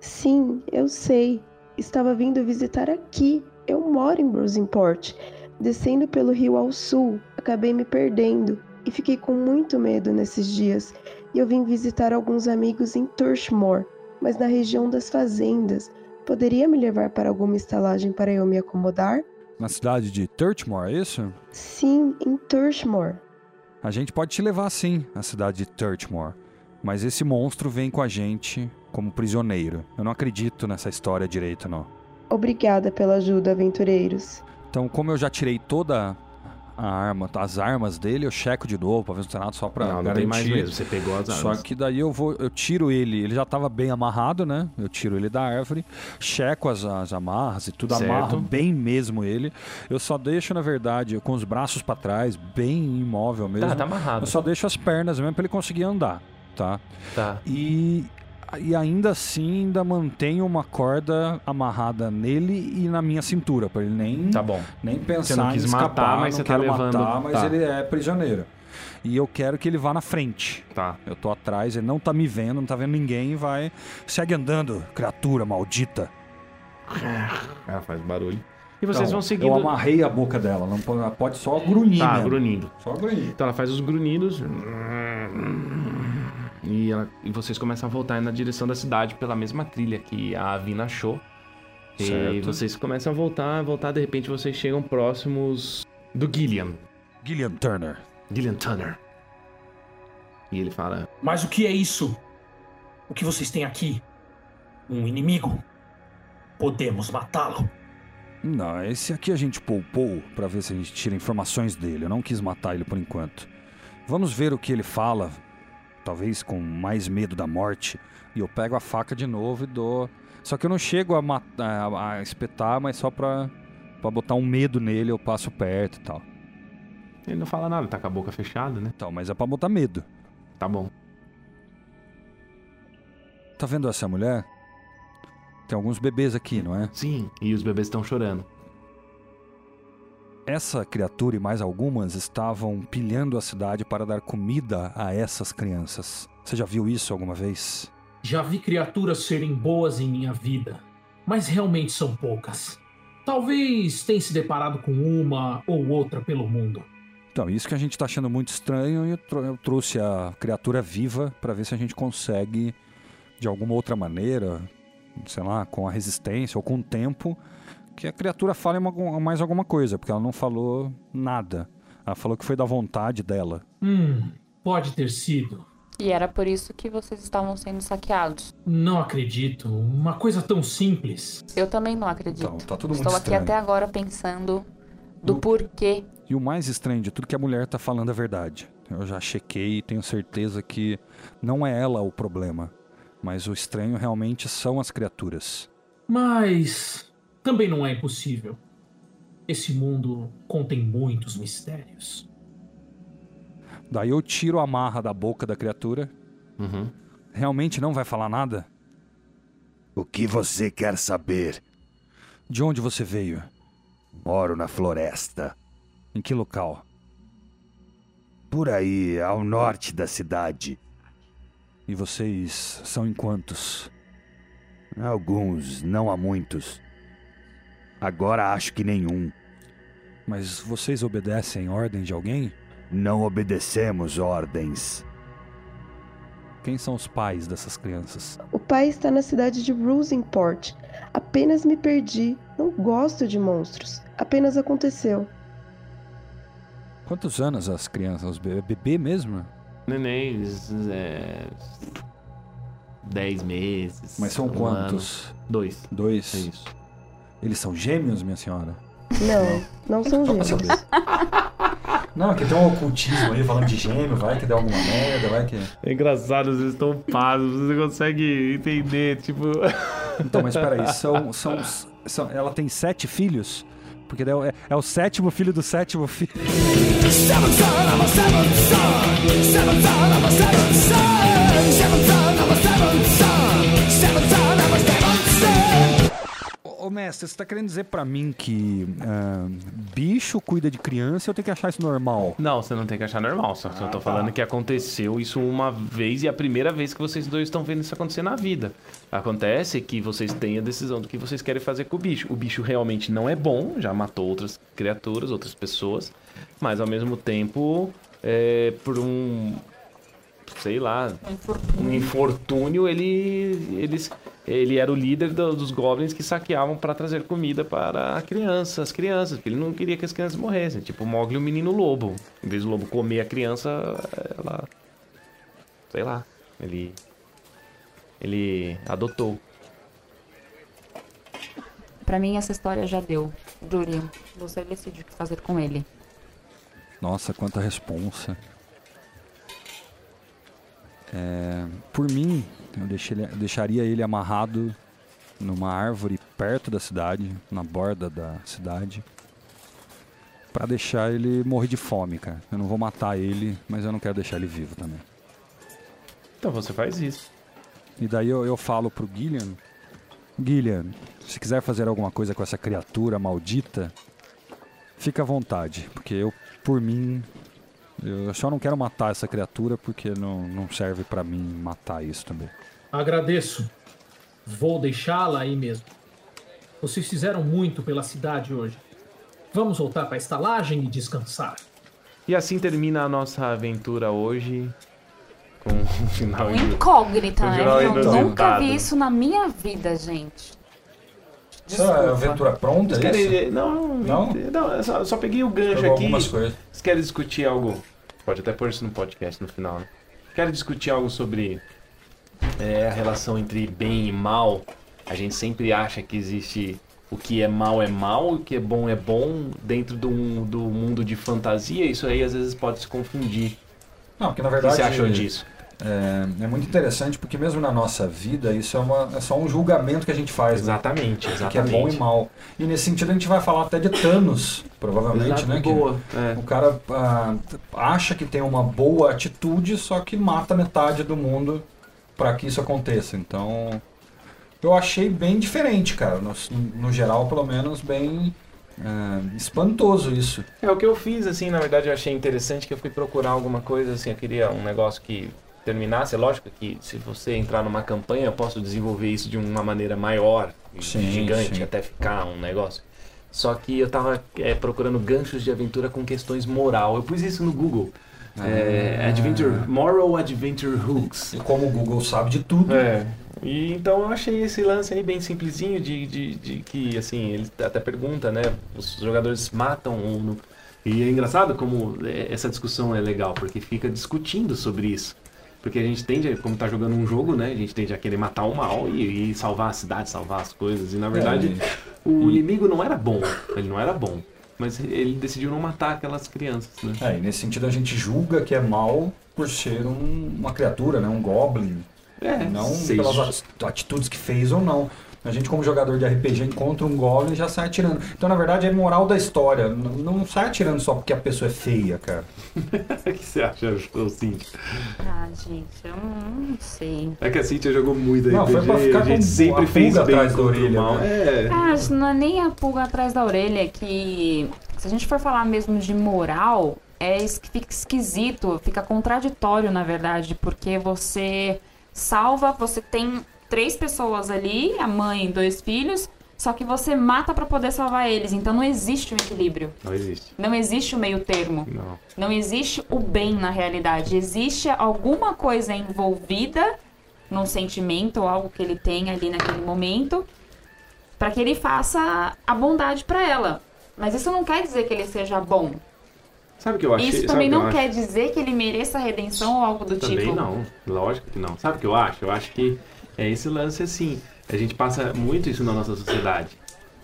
[SPEAKER 10] Sim, eu sei. Estava vindo visitar aqui. Eu moro em Brosimport. Descendo pelo rio ao sul, acabei me perdendo e fiquei com muito medo nesses dias. E eu vim visitar alguns amigos em Turshmore, mas na região das fazendas. Poderia me levar para alguma estalagem para eu me acomodar?
[SPEAKER 1] Na cidade de Turtmore, é isso?
[SPEAKER 10] Sim, em Turshmore.
[SPEAKER 1] A gente pode te levar sim à cidade de Turtmore. Mas esse monstro vem com a gente como prisioneiro. Eu não acredito nessa história direito, não.
[SPEAKER 10] Obrigada pela ajuda, aventureiros.
[SPEAKER 1] Então, como eu já tirei toda a arma, as armas dele, eu checo de novo pra ver se não tem nada só pra
[SPEAKER 4] não, não
[SPEAKER 1] garantir.
[SPEAKER 4] tem mais mesmo. Você pegou as
[SPEAKER 1] Só
[SPEAKER 4] armas.
[SPEAKER 1] que daí eu vou, eu tiro ele, ele já tava bem amarrado, né? Eu tiro ele da árvore, checo as, as amarras e tudo,
[SPEAKER 4] Certo.
[SPEAKER 1] amarro bem mesmo ele. Eu só deixo, na verdade, com os braços pra trás, bem imóvel mesmo.
[SPEAKER 4] Tá, tá amarrado.
[SPEAKER 1] Eu só deixo as pernas mesmo pra ele conseguir andar, tá?
[SPEAKER 4] Tá.
[SPEAKER 1] E, e ainda assim, ainda mantenho uma corda amarrada nele e na minha cintura, pra ele nem,
[SPEAKER 4] Tá bom.
[SPEAKER 1] nem pensar
[SPEAKER 4] não quis
[SPEAKER 1] em
[SPEAKER 4] matar,
[SPEAKER 1] escapar,
[SPEAKER 4] mas
[SPEAKER 1] não
[SPEAKER 4] você tá
[SPEAKER 1] quero
[SPEAKER 4] levando-
[SPEAKER 1] matar, mas
[SPEAKER 4] tá.
[SPEAKER 1] ele é prisioneiro. E eu quero que ele vá na frente.
[SPEAKER 4] Tá.
[SPEAKER 1] Eu tô atrás, ele não tá me vendo, não tá vendo ninguém, vai. Segue andando, criatura maldita.
[SPEAKER 4] Ah,
[SPEAKER 9] Ela faz barulho.
[SPEAKER 4] E vocês
[SPEAKER 1] Então,
[SPEAKER 4] vão
[SPEAKER 1] Eu
[SPEAKER 4] seguindo.
[SPEAKER 1] amarrei a boca dela, não po- ela pode só grunhir,
[SPEAKER 4] Tá,
[SPEAKER 1] mesmo.
[SPEAKER 4] grunhindo.
[SPEAKER 1] Só grunhir.
[SPEAKER 4] Então ela faz os grunhidos. E, ela- e vocês começam a voltar na direção da cidade pela mesma trilha que a Avina achou. E
[SPEAKER 1] Certo.
[SPEAKER 4] vocês começam a voltar, a voltar, de repente vocês chegam próximos do Gillian.
[SPEAKER 1] Gillian Turner.
[SPEAKER 4] Gillian Turner. E ele fala:
[SPEAKER 12] Mas o que é isso? O que vocês têm aqui? Um inimigo. Podemos matá-lo.
[SPEAKER 1] Não, esse aqui a gente poupou pra ver se a gente tira informações dele. Eu não quis matar ele por enquanto. Vamos ver o que ele fala, talvez com mais medo da morte. E eu pego a faca de novo e dou. Só que eu não chego a, matar, a, a espetar, mas só pra, pra botar um medo nele, eu passo perto e tal.
[SPEAKER 9] Ele não fala nada, tá com a boca fechada, né?
[SPEAKER 1] Então, mas é pra botar medo.
[SPEAKER 4] Tá bom.
[SPEAKER 1] Tá vendo essa mulher? Tem alguns bebês aqui, não é?
[SPEAKER 4] Sim. E os bebês estão chorando.
[SPEAKER 1] Essa criatura e mais algumas estavam pilhando a cidade para dar comida a essas crianças. Você já viu isso alguma vez?
[SPEAKER 12] Já vi criaturas serem boas em minha vida, mas realmente são poucas. Talvez tenha se deparado com uma ou outra pelo mundo.
[SPEAKER 1] Então, isso que a gente tá achando muito estranho e eu, tro- eu trouxe a criatura viva para ver se a gente consegue, de alguma outra maneira, sei lá, com a resistência ou com o tempo, que a criatura fale uma- mais alguma coisa, porque ela não falou nada. Ela falou que foi da vontade dela.
[SPEAKER 12] Hum, pode ter sido.
[SPEAKER 5] E era por isso que vocês estavam sendo saqueados.
[SPEAKER 12] Não acredito. Uma coisa tão simples.
[SPEAKER 5] Eu também não acredito.
[SPEAKER 1] Então, tá tudo muito
[SPEAKER 5] Estou aqui
[SPEAKER 1] estranho.
[SPEAKER 5] até agora pensando do porquê.
[SPEAKER 1] E o mais estranho de tudo é que a mulher tá falando a verdade. Eu já chequei e tenho certeza que não é ela o problema. Mas o estranho realmente são as criaturas.
[SPEAKER 12] Mas também não é impossível. Esse mundo contém muitos mistérios.
[SPEAKER 1] Daí eu tiro a marra da boca da criatura.
[SPEAKER 4] Uhum.
[SPEAKER 1] Realmente não vai falar nada?
[SPEAKER 11] O que você quer saber?
[SPEAKER 1] De onde você veio?
[SPEAKER 11] Moro na floresta.
[SPEAKER 1] Em que local?
[SPEAKER 11] Por aí, ao norte da cidade.
[SPEAKER 1] E vocês são em quantos?
[SPEAKER 11] Alguns, não há muitos. Agora acho que nenhum.
[SPEAKER 1] Mas vocês obedecem ordem de alguém?
[SPEAKER 11] Não obedecemos ordens.
[SPEAKER 1] Quem são os pais dessas crianças?
[SPEAKER 10] O pai está na cidade de Rusingport. Apenas me perdi. Não gosto de monstros. Apenas aconteceu.
[SPEAKER 1] Quantos anos as crianças? Os be- bebê mesmo?
[SPEAKER 4] Neném, é. 10 meses.
[SPEAKER 1] Mas são
[SPEAKER 4] um ano.
[SPEAKER 1] quantos?
[SPEAKER 4] Dois.
[SPEAKER 1] Dois.
[SPEAKER 4] É isso.
[SPEAKER 1] Eles são gêmeos, minha senhora?
[SPEAKER 10] Não, não são
[SPEAKER 1] Só pra
[SPEAKER 10] gêmeos.
[SPEAKER 6] Não,
[SPEAKER 1] é
[SPEAKER 6] aqui tem um ocultismo aí falando de gêmeo, vai que dá alguma merda, vai que.
[SPEAKER 4] É engraçado, vocês estão passos, você consegue entender, tipo.
[SPEAKER 1] Então, mas peraí, são, são, são- Ela tem sete filhos? Porque daí é, o- é o sétimo filho do sétimo filho. Ô, ô, mestre, você tá querendo dizer pra mim que ah, bicho cuida de criança e eu tenho que achar isso normal?
[SPEAKER 4] Não, você não tem que achar normal, só
[SPEAKER 1] Ah,
[SPEAKER 4] que eu tô
[SPEAKER 1] tá.
[SPEAKER 4] falando que aconteceu isso uma vez e é a primeira vez que vocês dois estão vendo isso acontecer na vida. Acontece que vocês têm a decisão do que vocês querem fazer com o bicho. O bicho realmente não é bom, já matou outras criaturas, outras pessoas, mas ao mesmo tempo, é, por um. sei lá. Um infortúnio, ele. eles. Ele era o líder do- dos goblins que saqueavam pra trazer comida para a criança, as crianças, porque ele não queria que as crianças morressem. Tipo, o Mogli e o menino lobo. Em vez do lobo comer a criança, ela. Sei lá. Ele. Ele adotou.
[SPEAKER 5] Pra mim, essa história já deu. Durian, você decide o que fazer com ele.
[SPEAKER 13] Nossa, quanta responsa. É, por mim, eu, deixei ele- eu deixaria ele amarrado numa árvore perto da cidade, na borda da cidade, Pra deixar ele morrer de fome, cara. Eu não vou matar ele, mas eu não quero deixar ele vivo também.
[SPEAKER 14] Então você faz isso.
[SPEAKER 13] E daí eu, eu falo pro Guilherme, Guilherme, se quiser fazer alguma coisa com essa criatura maldita, fica à vontade, porque eu, por mim, eu só não quero matar essa criatura porque não, não serve pra mim matar isso também.
[SPEAKER 12] Agradeço. Vou deixá-la aí mesmo. Vocês fizeram muito pela cidade hoje. Vamos voltar para a estalagem e descansar.
[SPEAKER 4] E assim termina a nossa aventura hoje. Com um final em
[SPEAKER 5] Incógnita,
[SPEAKER 4] Um
[SPEAKER 5] né?
[SPEAKER 4] geral
[SPEAKER 5] Eu
[SPEAKER 4] inusitado.
[SPEAKER 5] nunca vi isso na minha vida, gente.
[SPEAKER 1] Isso é aventura pronta,
[SPEAKER 4] Vocês querem-
[SPEAKER 1] é isso?
[SPEAKER 4] Não,
[SPEAKER 1] Não?
[SPEAKER 4] não eu só, só peguei o gancho
[SPEAKER 1] Pegou
[SPEAKER 4] aqui.
[SPEAKER 1] algumas coisas.
[SPEAKER 4] Vocês querem discutir algo? Pode até pôr isso no podcast no final, né? Quero discutir algo sobre é, a relação entre bem e mal. A gente sempre acha que existe o que é mal é mal, o que é bom é bom. Dentro do, do mundo de fantasia, isso aí às vezes pode se confundir.
[SPEAKER 1] Não, porque na
[SPEAKER 4] O que
[SPEAKER 1] verdade.
[SPEAKER 4] você achou disso?
[SPEAKER 1] É, é muito interessante porque mesmo na nossa vida isso é, uma, é só um julgamento que a gente faz. né?
[SPEAKER 4] Exatamente,
[SPEAKER 1] Que é bom e
[SPEAKER 4] exatamente.
[SPEAKER 1] mal. E nesse sentido a gente vai falar até de Thanos, provavelmente,
[SPEAKER 4] Exato,
[SPEAKER 1] né? que
[SPEAKER 4] boa, é.
[SPEAKER 1] O cara ah, acha que tem uma boa atitude, só que mata metade do mundo para que isso aconteça. Então, eu achei bem diferente, cara. No, no geral, pelo menos, bem ah, espantoso isso.
[SPEAKER 4] É o que eu fiz, assim, na verdade eu achei interessante que eu fui procurar alguma coisa, assim, eu queria um negócio que terminasse. É lógico que se você entrar numa campanha, eu posso desenvolver isso de uma maneira maior,
[SPEAKER 1] Sim,
[SPEAKER 4] gigante,
[SPEAKER 1] sim.
[SPEAKER 4] até ficar um negócio. Só que eu tava é, procurando ganchos de aventura com questões moral. Eu pus isso no Google. É,
[SPEAKER 1] Ah.
[SPEAKER 4] adventure, moral Adventure Hooks.
[SPEAKER 1] E como o Google sabe de tudo,
[SPEAKER 4] É. E então eu achei esse lance aí bem simplesinho de, de, de que assim, ele até pergunta, né? Os jogadores matam ou não. E é engraçado como é, essa discussão é legal, porque fica discutindo sobre isso. Porque a gente tende, como tá jogando um jogo, né? A gente tende a querer matar o mal e, e salvar a cidade, salvar as coisas. E na verdade, o inimigo não era bom. Ele não era bom. Mas ele decidiu não matar aquelas crianças, né?
[SPEAKER 1] É, e nesse sentido a gente julga que é mal por ser um- uma criatura, né? Um goblin.
[SPEAKER 4] É,
[SPEAKER 1] não
[SPEAKER 4] seis-
[SPEAKER 1] pelas ati- atitudes que fez ou não. A gente, como jogador de RPG, encontra um goblin e já sai atirando. Então, na verdade, é moral da história. N- Não sai atirando só porque a pessoa é feia, cara.
[SPEAKER 4] O que você acha, Cintia?
[SPEAKER 5] Ah, gente, eu não sei.
[SPEAKER 4] É que a Cintia jogou muito
[SPEAKER 1] Não,
[SPEAKER 4] RPG,
[SPEAKER 1] foi pra ficar
[SPEAKER 4] a gente
[SPEAKER 1] com
[SPEAKER 4] sempre
[SPEAKER 1] a
[SPEAKER 4] fez
[SPEAKER 1] pulga
[SPEAKER 4] bem
[SPEAKER 1] atrás da
[SPEAKER 4] contra o
[SPEAKER 1] orelha, né?
[SPEAKER 4] mal. É.
[SPEAKER 5] Ah, isso não é nem a pulga atrás da orelha, é que se a gente for falar mesmo de moral, é es- fica esquisito, fica contraditório, na verdade, porque você salva, você tem três pessoas ali, a mãe e dois filhos, só que você mata pra poder salvar eles, então não existe um equilíbrio,
[SPEAKER 4] Não existe.
[SPEAKER 5] não existe o meio termo.
[SPEAKER 4] Não.
[SPEAKER 5] Não existe o bem na realidade. Existe alguma coisa envolvida num sentimento ou algo que ele tem ali naquele momento para que ele faça a bondade para ela. Mas isso não quer dizer que ele seja bom.
[SPEAKER 4] Sabe o que eu achei?
[SPEAKER 5] isso
[SPEAKER 4] sabe
[SPEAKER 5] também
[SPEAKER 4] o que eu
[SPEAKER 5] não
[SPEAKER 4] acho?
[SPEAKER 5] quer dizer que ele mereça redenção ou algo do
[SPEAKER 4] Também
[SPEAKER 5] tipo.
[SPEAKER 4] não, lógico que não. Sabe o que eu acho? Eu acho que é esse lance assim. A gente passa muito isso na nossa sociedade.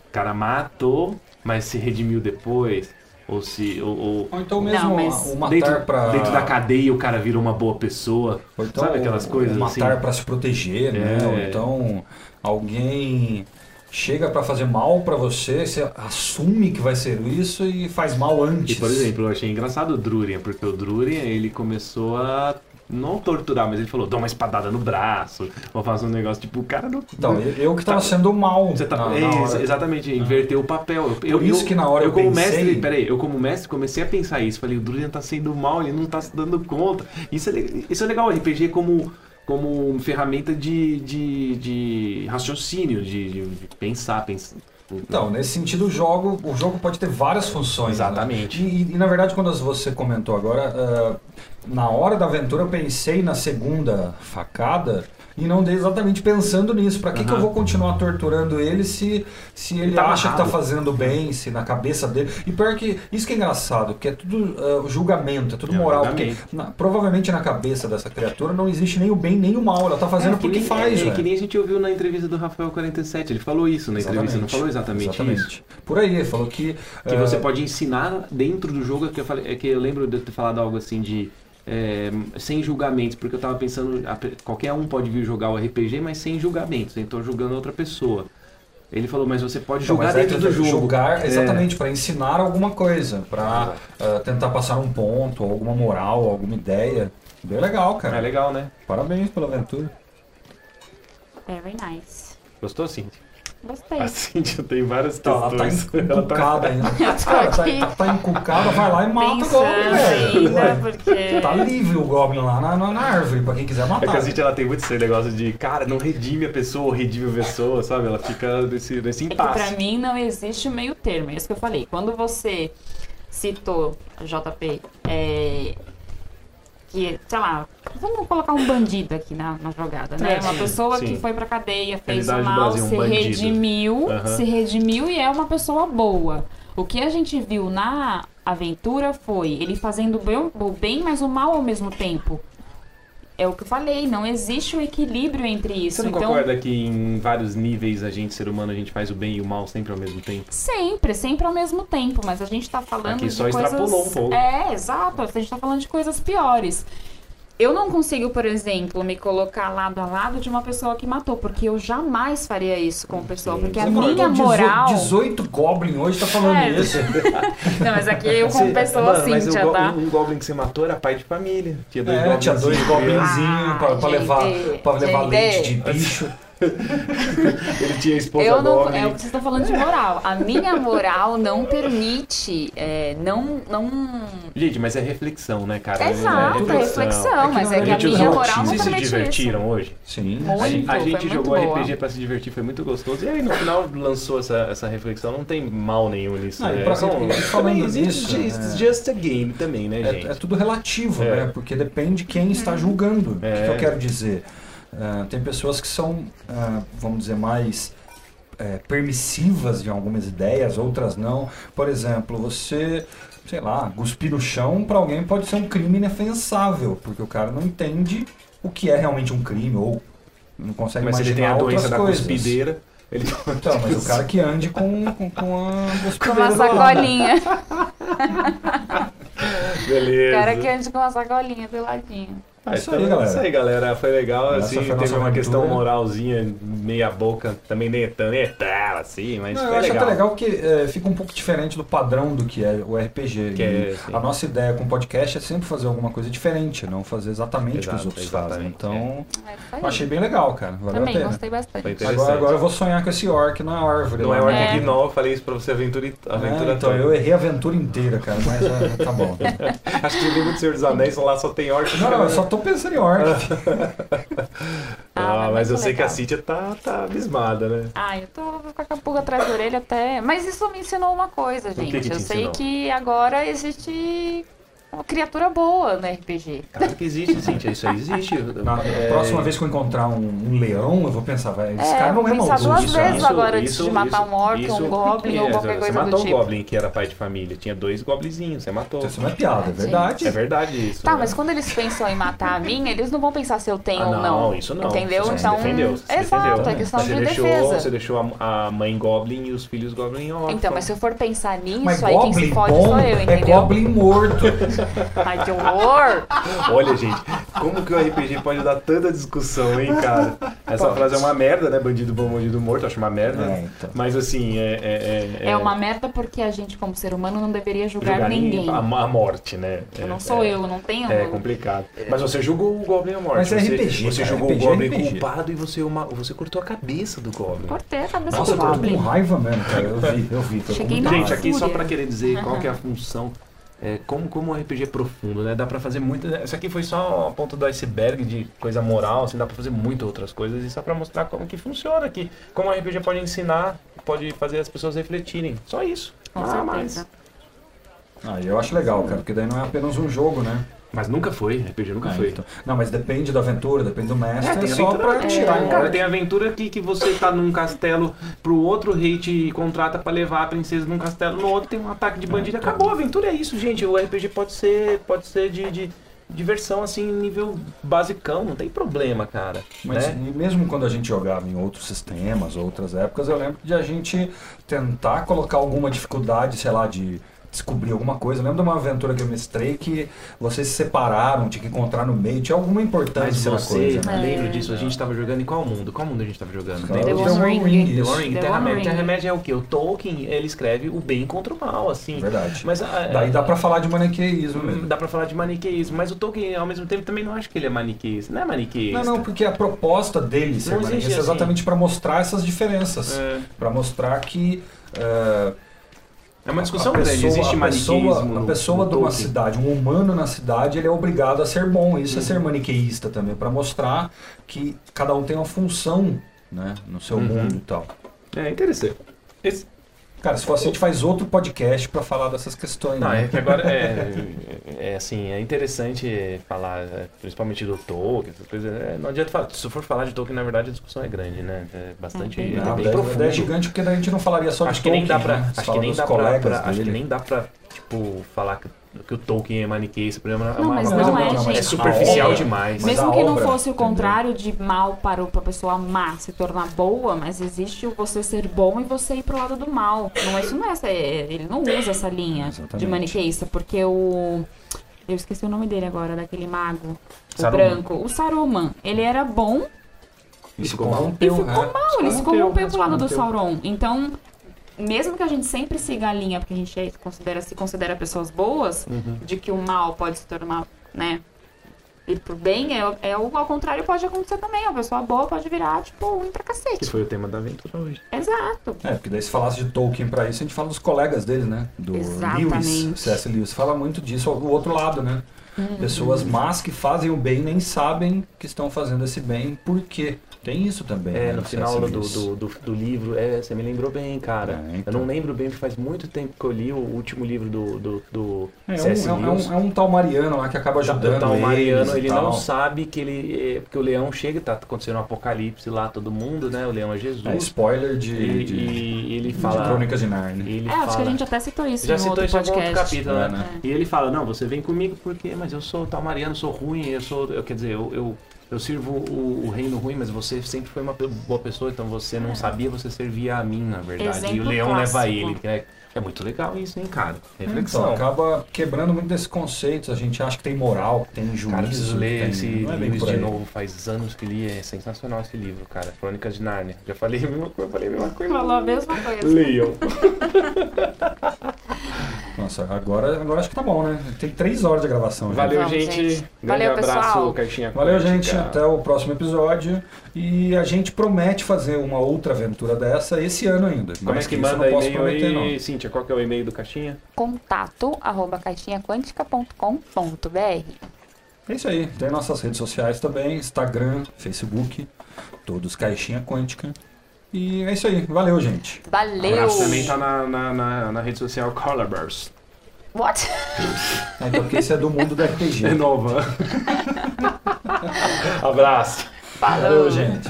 [SPEAKER 4] O cara matou, mas se redimiu depois. Ou se. Ou, ou-
[SPEAKER 1] Ou então mesmo
[SPEAKER 5] Não, mas-
[SPEAKER 1] o matar
[SPEAKER 4] dentro,
[SPEAKER 1] pra...
[SPEAKER 4] dentro da cadeia o cara virou uma boa pessoa.
[SPEAKER 1] Ou então,
[SPEAKER 4] sabe aquelas
[SPEAKER 1] o-
[SPEAKER 4] coisas
[SPEAKER 1] o Matar
[SPEAKER 4] assim?
[SPEAKER 1] pra se proteger, né?
[SPEAKER 4] É.
[SPEAKER 1] Ou então, alguém chega pra fazer mal pra você, você assume que vai ser isso e faz mal
[SPEAKER 4] E,
[SPEAKER 1] antes.
[SPEAKER 4] por exemplo, eu achei engraçado o Drurian, porque o Drurian, ele começou a não torturar, mas ele falou, dá uma espadada no braço, ou faz um negócio, tipo, o cara não...
[SPEAKER 1] Então, eu eu que tava
[SPEAKER 4] Tá-
[SPEAKER 1] sendo mal.
[SPEAKER 4] Você tá,
[SPEAKER 1] na- na
[SPEAKER 4] é,
[SPEAKER 1] hora. Ah.
[SPEAKER 4] exatamente, inverteu o papel. Eu, eu-
[SPEAKER 1] isso que na hora eu
[SPEAKER 4] como
[SPEAKER 1] pensei-
[SPEAKER 4] mestre, peraí, eu como mestre comecei a pensar isso, falei, o Drurian tá sendo mal, ele não tá se dando conta. Isso é, le- isso é legal, RPG como como ferramenta de, de, de raciocínio, de, de- de pensar, pensar.
[SPEAKER 1] Então, nesse sentido, o jogo, o jogo pode ter várias funções. né?
[SPEAKER 4] Exatamente.
[SPEAKER 1] E, e- e, na verdade, quando você comentou agora, eh, na hora da aventura eu pensei na segunda facada e não dei exatamente pensando nisso. Pra que, que eu vou continuar torturando ele se, se ele,
[SPEAKER 4] tá
[SPEAKER 1] acha que tá
[SPEAKER 4] amarrado.
[SPEAKER 1] fazendo bem, se na cabeça dele. E pior que isso que é engraçado, porque é tudo ah, julgamento, é tudo
[SPEAKER 4] É um
[SPEAKER 1] moral. Porque
[SPEAKER 4] julgamento.
[SPEAKER 1] na- provavelmente na cabeça dessa criatura não existe nem o bem nem o mal. Ela tá fazendo
[SPEAKER 4] É, que
[SPEAKER 1] porque
[SPEAKER 4] nem-
[SPEAKER 1] faz.
[SPEAKER 4] é,
[SPEAKER 1] velho.
[SPEAKER 4] que nem a gente ouviu na entrevista do Rafael 47. Ele falou isso na entrevista, não
[SPEAKER 1] Exatamente.
[SPEAKER 4] falou exatamente,
[SPEAKER 1] Exatamente.
[SPEAKER 4] isso.
[SPEAKER 1] Por aí, falou que.
[SPEAKER 4] Que
[SPEAKER 1] eh,
[SPEAKER 4] você pode ensinar dentro do jogo, é que eu, falei, é que eu lembro de eu ter falado algo assim de. eh, sem julgamentos, porque eu tava pensando, a pe- qualquer um pode vir jogar o RPG, mas sem julgamentos, então julgando outra pessoa. Ele falou, mas você pode
[SPEAKER 1] Então,
[SPEAKER 4] julgar
[SPEAKER 1] mas aí
[SPEAKER 4] dentro
[SPEAKER 1] tenta
[SPEAKER 4] do jogo.
[SPEAKER 1] Julgar,
[SPEAKER 4] É.
[SPEAKER 1] exatamente, pra ensinar alguma coisa, pra eh, tentar passar um ponto, alguma moral, alguma ideia. Bem legal, cara.
[SPEAKER 4] É legal, né?
[SPEAKER 1] Parabéns pela aventura.
[SPEAKER 5] Very nice.
[SPEAKER 4] Gostou, Cintia?
[SPEAKER 5] É Gostei.
[SPEAKER 3] Assim,
[SPEAKER 4] Cintia Assim, tem várias
[SPEAKER 1] Tá, ela tá encucada ainda. Cara, tá, tá, tá encucada, vai lá e mata o
[SPEAKER 5] Pensando
[SPEAKER 1] Goblin, velho.
[SPEAKER 5] ainda,
[SPEAKER 1] Ué,
[SPEAKER 5] porque-
[SPEAKER 1] Tá livre o Goblin lá na, na- na árvore, pra quem quiser
[SPEAKER 3] É que
[SPEAKER 1] matar.
[SPEAKER 3] a Cintia, ela tem muito esse negócio de, cara, não redime a pessoa, redime a pessoa, sabe? Ela fica nesse, nesse
[SPEAKER 5] É que pra
[SPEAKER 3] impasse.
[SPEAKER 5] mim não existe o meio termo, é isso que eu falei. Quando você citou, JP, é, que, sei lá, vamos colocar um bandido aqui na, na jogada, né?
[SPEAKER 15] É,
[SPEAKER 5] uma
[SPEAKER 15] sim,
[SPEAKER 5] pessoa
[SPEAKER 15] sim.
[SPEAKER 5] que foi pra cadeia, fez o
[SPEAKER 15] Realidade do
[SPEAKER 5] mal,
[SPEAKER 15] Brasil, um
[SPEAKER 5] se
[SPEAKER 15] bandido.
[SPEAKER 5] redimiu,
[SPEAKER 15] Aham.
[SPEAKER 5] se redimiu e é uma pessoa boa. O que a gente viu na aventura foi ele fazendo o bem- o bem, mas o mal ao mesmo tempo. É o que eu falei, não existe o equilíbrio entre isso.
[SPEAKER 4] Você não
[SPEAKER 5] então,
[SPEAKER 4] concorda que em vários níveis a gente, ser humano, a gente faz o bem e o mal sempre ao mesmo tempo?
[SPEAKER 5] Sempre, sempre ao mesmo tempo, mas a gente tá falando
[SPEAKER 4] Aqui
[SPEAKER 5] de
[SPEAKER 4] só
[SPEAKER 5] coisas...
[SPEAKER 4] extrapolou um pouco.
[SPEAKER 5] É, exato, a gente tá falando de coisas piores. Eu não consigo, por exemplo, me colocar lado a lado de uma pessoa que matou, porque eu jamais faria isso com pessoa, porque a
[SPEAKER 1] Você falou,
[SPEAKER 5] minha
[SPEAKER 1] Então, "Dezo-
[SPEAKER 5] moral...
[SPEAKER 1] 18 Goblin hoje tá falando
[SPEAKER 5] É.
[SPEAKER 1] isso.
[SPEAKER 5] Não, mas aqui eu como
[SPEAKER 3] Você-
[SPEAKER 5] pessoa
[SPEAKER 3] mano,
[SPEAKER 5] assim,
[SPEAKER 3] mas o
[SPEAKER 5] Cíntia,
[SPEAKER 3] go-
[SPEAKER 5] tá?
[SPEAKER 3] um goblin que você matou era pai de família. Tinha dois
[SPEAKER 1] É, tinha dois goblinzinhos pra, pra levar, pra levar
[SPEAKER 5] Ah, gente.
[SPEAKER 1] leite de bicho.
[SPEAKER 3] Ele tinha esposa
[SPEAKER 5] Eu não,
[SPEAKER 3] goblin.
[SPEAKER 5] é o que vocês estão falando de moral. A minha moral não permite, é, não, não
[SPEAKER 4] Gente, mas é reflexão, né, cara?
[SPEAKER 5] É exato, é reflexão, mas é que a
[SPEAKER 4] Gente,
[SPEAKER 5] minha
[SPEAKER 4] os
[SPEAKER 5] moral não
[SPEAKER 4] ouvintes
[SPEAKER 5] permite
[SPEAKER 4] se divertiram
[SPEAKER 5] isso.
[SPEAKER 4] hoje?
[SPEAKER 1] Sim.
[SPEAKER 5] Muito,
[SPEAKER 4] a gente, a
[SPEAKER 5] foi
[SPEAKER 4] gente
[SPEAKER 5] muito
[SPEAKER 4] jogou
[SPEAKER 5] boa.
[SPEAKER 4] RPG pra se divertir, foi muito gostoso. E aí no final lançou essa, essa reflexão, não tem mal nenhum nisso.
[SPEAKER 1] Não, e
[SPEAKER 4] né?
[SPEAKER 1] pra-
[SPEAKER 4] São-
[SPEAKER 1] e falando
[SPEAKER 4] It's
[SPEAKER 1] nisso,
[SPEAKER 4] just,
[SPEAKER 1] né?
[SPEAKER 4] just a game também, né, gente?
[SPEAKER 1] É, é tudo relativo,
[SPEAKER 4] É.
[SPEAKER 1] né? Porque depende quem está julgando. O que,
[SPEAKER 4] É.
[SPEAKER 1] que eu quero dizer? Ah, tem pessoas que são, ah, vamos dizer, mais eh, permissivas em algumas ideias, outras não. Por exemplo, você, sei lá, cuspir no chão para alguém pode ser um crime inefensável, porque o cara não entende o que é realmente um crime ou não consegue
[SPEAKER 4] mas se ele tem
[SPEAKER 1] imaginar
[SPEAKER 4] a doença
[SPEAKER 1] outras
[SPEAKER 4] da
[SPEAKER 1] coisas.
[SPEAKER 4] cuspideira, ele tá
[SPEAKER 1] Então, mas o cara que ande com, com, com a
[SPEAKER 5] Com
[SPEAKER 1] cuspideira
[SPEAKER 5] uma
[SPEAKER 1] do lado.
[SPEAKER 5] sacolinha.
[SPEAKER 4] Beleza.
[SPEAKER 5] Cara que ande com uma sacolinha do ladinho.
[SPEAKER 4] Ah,
[SPEAKER 1] é Isso
[SPEAKER 4] então
[SPEAKER 1] aí, galera.
[SPEAKER 4] Isso aí, galera. Foi legal,
[SPEAKER 1] Essa
[SPEAKER 4] assim,
[SPEAKER 1] foi a
[SPEAKER 4] teve
[SPEAKER 1] nossa
[SPEAKER 4] uma
[SPEAKER 1] aventura.
[SPEAKER 4] questão moralzinha, meia boca, também nem é tão, nem tão, assim, mas
[SPEAKER 1] Não, eu
[SPEAKER 4] foi
[SPEAKER 1] acho
[SPEAKER 4] legal.
[SPEAKER 1] até legal que eh, fica um pouco diferente do padrão do que é o RPG.
[SPEAKER 4] Que
[SPEAKER 1] E
[SPEAKER 4] é, sim.
[SPEAKER 1] a nossa ideia com o podcast é sempre fazer alguma coisa diferente, não fazer exatamente o que os
[SPEAKER 4] Exato,
[SPEAKER 1] outros fazem.
[SPEAKER 4] exatamente,
[SPEAKER 1] Então,
[SPEAKER 5] É isso aí.
[SPEAKER 1] eu achei bem legal, cara. Valeu
[SPEAKER 5] Também,
[SPEAKER 1] a pena.
[SPEAKER 5] gostei bastante.
[SPEAKER 4] Foi interessante.
[SPEAKER 1] Agora, agora eu vou sonhar com esse orc na árvore.
[SPEAKER 4] Não
[SPEAKER 1] lá,
[SPEAKER 4] é o
[SPEAKER 1] né?
[SPEAKER 4] Arco Gnol, eu falei isso pra você, aventura, aventura
[SPEAKER 1] É, então,
[SPEAKER 4] toda.
[SPEAKER 1] eu errei a aventura inteira, cara, mas eh, tá bom.
[SPEAKER 4] Acho que o livro do Senhor dos Anéis lá só tem orc.
[SPEAKER 1] Não, não, eu só tô pensando em orc.
[SPEAKER 4] Ah,
[SPEAKER 5] mas
[SPEAKER 4] mas eu
[SPEAKER 5] muito
[SPEAKER 4] sei que a
[SPEAKER 5] legal.
[SPEAKER 4] Cintia tá, tá abismada, né?
[SPEAKER 5] Ah, eu tô vou ficar com a pulga atrás da orelha até. Mas isso me ensinou uma coisa,
[SPEAKER 4] que
[SPEAKER 5] gente.
[SPEAKER 4] que te
[SPEAKER 5] eu sei
[SPEAKER 4] ensinou?
[SPEAKER 5] que agora existe uma criatura boa no RPG.
[SPEAKER 4] Claro que existe, Cintia, isso aí existe.
[SPEAKER 1] Na
[SPEAKER 4] É,
[SPEAKER 1] próxima vez que eu encontrar um, um leão, eu vou pensar, vai, esse
[SPEAKER 5] É,
[SPEAKER 1] cara
[SPEAKER 5] vou
[SPEAKER 1] não é
[SPEAKER 5] pensar
[SPEAKER 1] maldoso.
[SPEAKER 5] duas
[SPEAKER 1] cara.
[SPEAKER 5] vezes agora antes de matar um orc, um goblin ou qualquer
[SPEAKER 4] Você
[SPEAKER 5] coisa do
[SPEAKER 4] matou um
[SPEAKER 5] tipo.
[SPEAKER 4] goblin que era pai de família, tinha dois goblinzinhos, você matou.
[SPEAKER 1] Isso não é piada, é verdade.
[SPEAKER 4] É verdade isso.
[SPEAKER 5] Tá,
[SPEAKER 4] né?
[SPEAKER 5] mas quando eles pensam em matar a minha, eles não vão pensar se eu tenho
[SPEAKER 4] Ah,
[SPEAKER 5] ou não.
[SPEAKER 4] isso não.
[SPEAKER 5] Entendeu?
[SPEAKER 4] Você se
[SPEAKER 5] então.
[SPEAKER 4] defendeu, você se
[SPEAKER 5] Exato,
[SPEAKER 4] defendeu.
[SPEAKER 5] é questão
[SPEAKER 4] Você
[SPEAKER 5] de
[SPEAKER 4] deixou,
[SPEAKER 5] defesa.
[SPEAKER 4] Você deixou a, a mãe Goblin e os filhos Goblin órfãos.
[SPEAKER 5] Então, mas se eu for pensar nisso,
[SPEAKER 1] Mas
[SPEAKER 5] aí quem
[SPEAKER 1] Goblin
[SPEAKER 5] se fode
[SPEAKER 1] bom
[SPEAKER 5] sou eu,
[SPEAKER 1] é
[SPEAKER 5] entendeu?
[SPEAKER 1] Goblin morto.
[SPEAKER 5] Ai, que horror!
[SPEAKER 4] Olha, gente, como que o RPG pode dar tanta discussão, hein, cara? Essa frase é uma merda, né? Bandido bom, bandido morto, acho uma merda.
[SPEAKER 1] É, então.
[SPEAKER 4] Mas assim, é... É,
[SPEAKER 5] É uma merda porque a gente, como ser humano, não deveria julgar,
[SPEAKER 4] julgar
[SPEAKER 5] ninguém.
[SPEAKER 4] A, a morte, né?
[SPEAKER 5] Eu
[SPEAKER 4] É,
[SPEAKER 5] não sou
[SPEAKER 4] é,
[SPEAKER 5] eu, não tenho.
[SPEAKER 4] É complicado. Mas você julgou o Goblin à morte.
[SPEAKER 1] Mas é
[SPEAKER 4] você,
[SPEAKER 1] RPG,
[SPEAKER 4] Você
[SPEAKER 1] cara,
[SPEAKER 4] julgou
[SPEAKER 1] RPG
[SPEAKER 4] o
[SPEAKER 1] é
[SPEAKER 4] Goblin
[SPEAKER 1] RPG.
[SPEAKER 4] culpado e você, uma, você cortou a cabeça do Goblin.
[SPEAKER 5] Cortei a cabeça
[SPEAKER 1] Nossa,
[SPEAKER 5] do
[SPEAKER 1] eu
[SPEAKER 4] um
[SPEAKER 1] tô
[SPEAKER 5] Goblin.
[SPEAKER 1] com raiva mesmo, cara. Eu vi, eu vi. Tô com
[SPEAKER 5] Cheguei
[SPEAKER 1] muita
[SPEAKER 5] na
[SPEAKER 4] Gente,
[SPEAKER 1] raiva.
[SPEAKER 4] aqui só
[SPEAKER 5] fúria.
[SPEAKER 4] pra querer dizer qual que é a função. é, como, como um RPG profundo, né? Dá pra fazer muito. Isso aqui foi só a ponta do iceberg de coisa moral, assim, dá pra fazer muitas outras coisas e só pra mostrar como que funciona aqui. Como um RPG pode ensinar, pode fazer as pessoas refletirem. Só isso.
[SPEAKER 5] Com
[SPEAKER 3] Ah,
[SPEAKER 4] Nada mais.
[SPEAKER 5] certeza.
[SPEAKER 1] Ah, eu acho legal, cara, porque daí não é apenas um jogo, né?
[SPEAKER 4] Mas nunca foi, RPG nunca foi.
[SPEAKER 1] Não, mas depende da aventura, depende do mestre.
[SPEAKER 4] É,
[SPEAKER 1] Ah, então. É,
[SPEAKER 4] tem
[SPEAKER 1] só
[SPEAKER 4] aventura
[SPEAKER 1] pra
[SPEAKER 4] que-
[SPEAKER 1] tirar.
[SPEAKER 4] Cara, tem aventura que, que você tá num castelo pro outro rei te contrata pra levar a princesa num castelo, no outro tem um ataque de bandido. Acabou, a aventura é isso, gente. O RPG pode ser, pode ser de, de diversão, assim, nível basicão, não tem problema, cara.
[SPEAKER 1] Mas
[SPEAKER 4] né?
[SPEAKER 1] e mesmo quando a gente jogava em outros sistemas, outras épocas, eu lembro de a gente tentar colocar alguma dificuldade, sei lá, de descobrir alguma coisa. Eu lembro de uma aventura que eu mestrei que vocês se separaram, tinha que encontrar no meio, tinha alguma
[SPEAKER 4] Mas
[SPEAKER 1] importância
[SPEAKER 4] você,
[SPEAKER 1] na coisa. né?
[SPEAKER 4] lembro disso, a gente tava jogando em qual mundo? Qual mundo a gente tava jogando?
[SPEAKER 1] Cara, um The
[SPEAKER 4] Lembra disso?
[SPEAKER 1] One Ring,
[SPEAKER 4] The
[SPEAKER 1] isso.
[SPEAKER 4] One Ring,
[SPEAKER 1] The
[SPEAKER 4] Terra
[SPEAKER 1] One
[SPEAKER 4] Média.
[SPEAKER 1] Ring.
[SPEAKER 4] Terra Média é o quê? O Tolkien, ele escreve o bem contra o mal, assim.
[SPEAKER 1] Verdade.
[SPEAKER 4] Mas a-
[SPEAKER 1] Daí dá pra falar de maniqueísmo mesmo.
[SPEAKER 4] Dá pra falar de maniqueísmo, mas o Tolkien, ao mesmo tempo, também não acho que ele é maniqueísta. Não é maniqueísta.
[SPEAKER 1] Não, não, porque a proposta dele ser
[SPEAKER 4] Não
[SPEAKER 1] Guarani
[SPEAKER 4] existe
[SPEAKER 1] é
[SPEAKER 4] assim.
[SPEAKER 1] exatamente pra mostrar essas diferenças.
[SPEAKER 4] É.
[SPEAKER 1] Pra mostrar que. eh,
[SPEAKER 4] É uma discussão grande, existe
[SPEAKER 1] a pessoa,
[SPEAKER 4] maniqueísmo
[SPEAKER 1] a
[SPEAKER 4] no-
[SPEAKER 1] pessoa
[SPEAKER 4] no
[SPEAKER 1] de uma
[SPEAKER 4] Tolkien.
[SPEAKER 1] cidade, um humano na cidade, ele é obrigado a ser bom.
[SPEAKER 4] Uhum.
[SPEAKER 1] Isso é ser maniqueísta também, pra mostrar que cada um tem uma função né, no seu
[SPEAKER 4] Uhum.
[SPEAKER 1] mundo e tal.
[SPEAKER 4] É interessante. Esse-
[SPEAKER 1] Cara, se for assim, a gente faz outro podcast pra falar dessas questões.
[SPEAKER 4] Não,
[SPEAKER 1] né?
[SPEAKER 4] é que agora é, é assim, é interessante falar, é, principalmente do Tolkien, essas coisas. é, não adianta falar. Se for falar de Tolkien, na verdade a discussão é grande, né? É bastante é
[SPEAKER 1] Não,
[SPEAKER 4] bem
[SPEAKER 1] daí-
[SPEAKER 4] profundo.
[SPEAKER 1] daí é gigante porque daí a gente não falaria só
[SPEAKER 4] acho
[SPEAKER 1] de
[SPEAKER 4] que nem
[SPEAKER 1] Tolkien,
[SPEAKER 4] dá pra,
[SPEAKER 1] né?
[SPEAKER 4] acho que
[SPEAKER 1] Fala
[SPEAKER 4] nem
[SPEAKER 1] dos
[SPEAKER 4] dá pra,
[SPEAKER 1] colegas
[SPEAKER 4] pra- acho que
[SPEAKER 1] dele.
[SPEAKER 4] nem dá pra tipo falar que, que o Tolkien é maniqueísta, por exemplo, é
[SPEAKER 5] Não,
[SPEAKER 4] uma,
[SPEAKER 5] mas
[SPEAKER 4] uma coisa
[SPEAKER 5] não é,
[SPEAKER 4] muito-
[SPEAKER 5] gente.
[SPEAKER 4] é superficial
[SPEAKER 5] É,
[SPEAKER 4] demais.
[SPEAKER 5] Mesmo que não fosse o contrário de mal para o- pra pessoa má se tornar boa, mas existe o você ser bom e você ir pro lado do mal. Não, é- isso não é, essa- é- ele não usa essa linha de maniqueísta, porque o. Eu esqueci o nome dele agora, daquele mago. O
[SPEAKER 4] Saruman.
[SPEAKER 5] branco. O Saruman. Ele era bom
[SPEAKER 1] Isso
[SPEAKER 5] e
[SPEAKER 1] corrompeu,
[SPEAKER 5] ficou
[SPEAKER 1] né?
[SPEAKER 5] mal, ele se
[SPEAKER 1] Corrompeu,
[SPEAKER 5] corrompeu pro lado do
[SPEAKER 1] corrompeu.
[SPEAKER 5] Sauron. Então, mesmo que a gente sempre siga a linha, porque a gente é- considera, se considera pessoas boas,
[SPEAKER 16] Uhum.
[SPEAKER 5] de que o mal pode se tornar, né? Ir pro bem, é, é o ao contrário pode acontecer também. A pessoa boa pode virar, tipo, ruim pra
[SPEAKER 4] Que
[SPEAKER 5] cacete.
[SPEAKER 4] foi o tema da aventura hoje.
[SPEAKER 5] Exato.
[SPEAKER 1] É, porque daí se falasse de Tolkien pra isso, a gente fala dos colegas dele, né? Do
[SPEAKER 5] Exatamente.
[SPEAKER 1] Lewis, C.S. Lewis. Fala muito disso, o outro lado, né?
[SPEAKER 5] Uhum.
[SPEAKER 1] Pessoas más que fazem o bem nem sabem que estão fazendo esse bem, por quê? Tem isso também.
[SPEAKER 4] É,
[SPEAKER 1] né,
[SPEAKER 4] no
[SPEAKER 1] C.S.
[SPEAKER 4] final do,
[SPEAKER 1] Lewis. É, então,
[SPEAKER 4] do, do, do livro, é, você me lembrou bem, cara. Eu não lembro bem, porque faz muito tempo que eu li o último livro do, do, do
[SPEAKER 1] É, é
[SPEAKER 4] C.S.
[SPEAKER 1] um, é,
[SPEAKER 4] Lewis.
[SPEAKER 1] um, é um tal Mariano lá que acaba ajudando.
[SPEAKER 4] Então, o Mariano,
[SPEAKER 1] eles e
[SPEAKER 4] ele
[SPEAKER 1] tal.
[SPEAKER 4] não sabe que ele. é, Porque o leão chega, tá acontecendo um apocalipse lá, todo mundo, né? O leão é Jesus.
[SPEAKER 1] É, spoiler de-
[SPEAKER 4] E,
[SPEAKER 1] de-
[SPEAKER 4] e ele
[SPEAKER 1] de
[SPEAKER 4] fala.
[SPEAKER 1] Crônicas de Nárnia.
[SPEAKER 4] Ele
[SPEAKER 5] É, acho que a
[SPEAKER 4] fala-
[SPEAKER 5] gente até citou isso
[SPEAKER 4] já
[SPEAKER 5] no
[SPEAKER 4] citou
[SPEAKER 5] outro
[SPEAKER 4] isso em algum
[SPEAKER 5] podcast.
[SPEAKER 4] outro capítulo,
[SPEAKER 5] É,
[SPEAKER 4] né? E ele fala, não, você vem comigo porque, mas eu sou tal Mariano, sou ruim, eu sou, eu, quer dizer, eu, eu, eu sirvo o, o reino ruim, mas você sempre foi uma pe- boa pessoa, então você não sabia, você servia a mim, na verdade. e o
[SPEAKER 1] Exemplo
[SPEAKER 4] leão leva
[SPEAKER 1] clássico.
[SPEAKER 4] ele, né? É muito legal isso, hein, cara?
[SPEAKER 1] Então,
[SPEAKER 4] Reflexão.
[SPEAKER 1] acaba quebrando muito desses conceitos. A gente acha que tem moral, que tem juízo.
[SPEAKER 4] Cara, eu preciso ler
[SPEAKER 1] tem...
[SPEAKER 4] esse
[SPEAKER 1] não é bem
[SPEAKER 4] livro
[SPEAKER 1] por
[SPEAKER 4] de
[SPEAKER 1] aí.
[SPEAKER 4] novo. Faz anos que li, é sensacional esse livro, cara. Crônicas de Nárnia. Já falei a mesma coisa, falei a mesma coisa.
[SPEAKER 5] Falou a mesma coisa.
[SPEAKER 4] Leiam.
[SPEAKER 1] Nossa, agora, agora acho que tá bom, né? Tem três horas de gravação.
[SPEAKER 4] Valeu,
[SPEAKER 5] Então,
[SPEAKER 4] Vamos, gente. gente. Grande Valeu, abraço, pessoal. Caixinha
[SPEAKER 1] Valeu,
[SPEAKER 4] Quântica.
[SPEAKER 1] gente. Até o próximo episódio. E a gente promete fazer uma outra aventura dessa esse ano ainda.
[SPEAKER 4] Como
[SPEAKER 1] Mas
[SPEAKER 4] é que
[SPEAKER 1] isso eu
[SPEAKER 4] manda
[SPEAKER 1] não posso
[SPEAKER 4] e-mail
[SPEAKER 1] prometer, não.
[SPEAKER 4] aí, Cíntia? Qual que é o e-mail do Caixinha?
[SPEAKER 3] Contato arroba caixinhaquântica.com.br
[SPEAKER 1] É isso aí. Tem nossas redes sociais também, Instagram, Facebook, todos Caixinha Quântica. E é isso aí. Valeu, gente.
[SPEAKER 3] Valeu!
[SPEAKER 4] Abraço também tá na, na, na, na rede social Colorburst.
[SPEAKER 3] What?
[SPEAKER 1] É, então, porque isso é do mundo da RPG.
[SPEAKER 4] É nova. abraço.
[SPEAKER 1] Valeu, gente.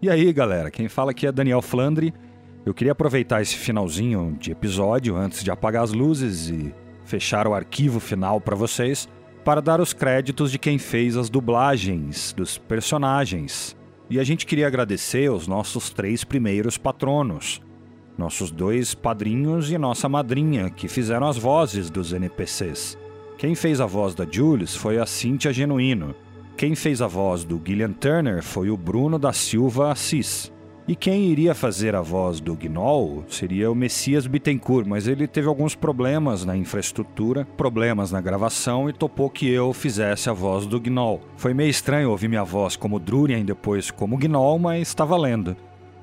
[SPEAKER 1] E aí, galera, quem fala aqui é Daniel Flandre. Eu queria aproveitar esse finalzinho de episódio antes de apagar as luzes e fechar o arquivo final para vocês para dar os créditos de quem fez as dublagens dos personagens. E a gente queria agradecer os nossos três primeiros patronos, nossos dois padrinhos e nossa madrinha, que fizeram as vozes dos NPCs. Quem fez a voz da Julius foi a Cíntia Genuíno. Quem fez a voz do Gillian Turner foi o Bruno da Silva Assis. E quem iria fazer a voz do Gnoll seria o Messias Bittencourt, mas ele teve alguns problemas na infraestrutura, problemas na gravação e topou que eu fizesse a voz do Gnoll. Foi meio estranho ouvir minha voz como Drurian e depois como Gnoll, mas tá valendo.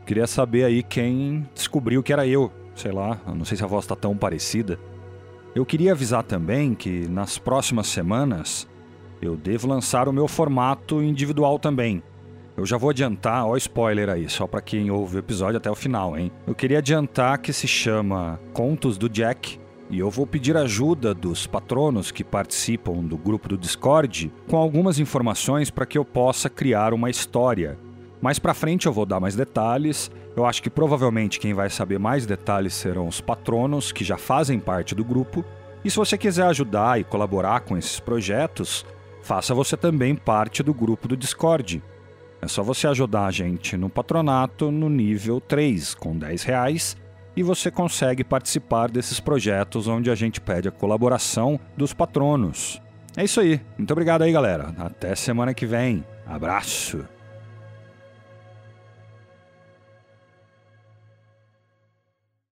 [SPEAKER 1] Queria saber aí quem descobriu que era eu. Sei lá, eu não sei se a voz tá tão parecida. Eu queria avisar também que nas próximas semanas eu devo lançar o meu formato individual também. Eu já vou adiantar, ó, spoiler aí, só pra quem ouve o episódio até o final, hein? Eu queria adiantar que se chama Contos do Jack E eu vou pedir ajuda dos patronos que participam do grupo do Discord com algumas informações para que eu possa criar uma história. Mais para frente eu vou dar mais detalhes. Eu acho que provavelmente quem vai saber mais detalhes serão os patronos que já fazem parte do grupo. E se você quiser ajudar e colaborar com esses projetos, faça você também parte do grupo do Discord. É só você ajudar a gente no patronato no nível 3, com 10 reais, e você consegue participar desses projetos onde a gente pede a colaboração dos patronos. É isso aí. Muito obrigado aí, galera. Até semana que vem. Abraço.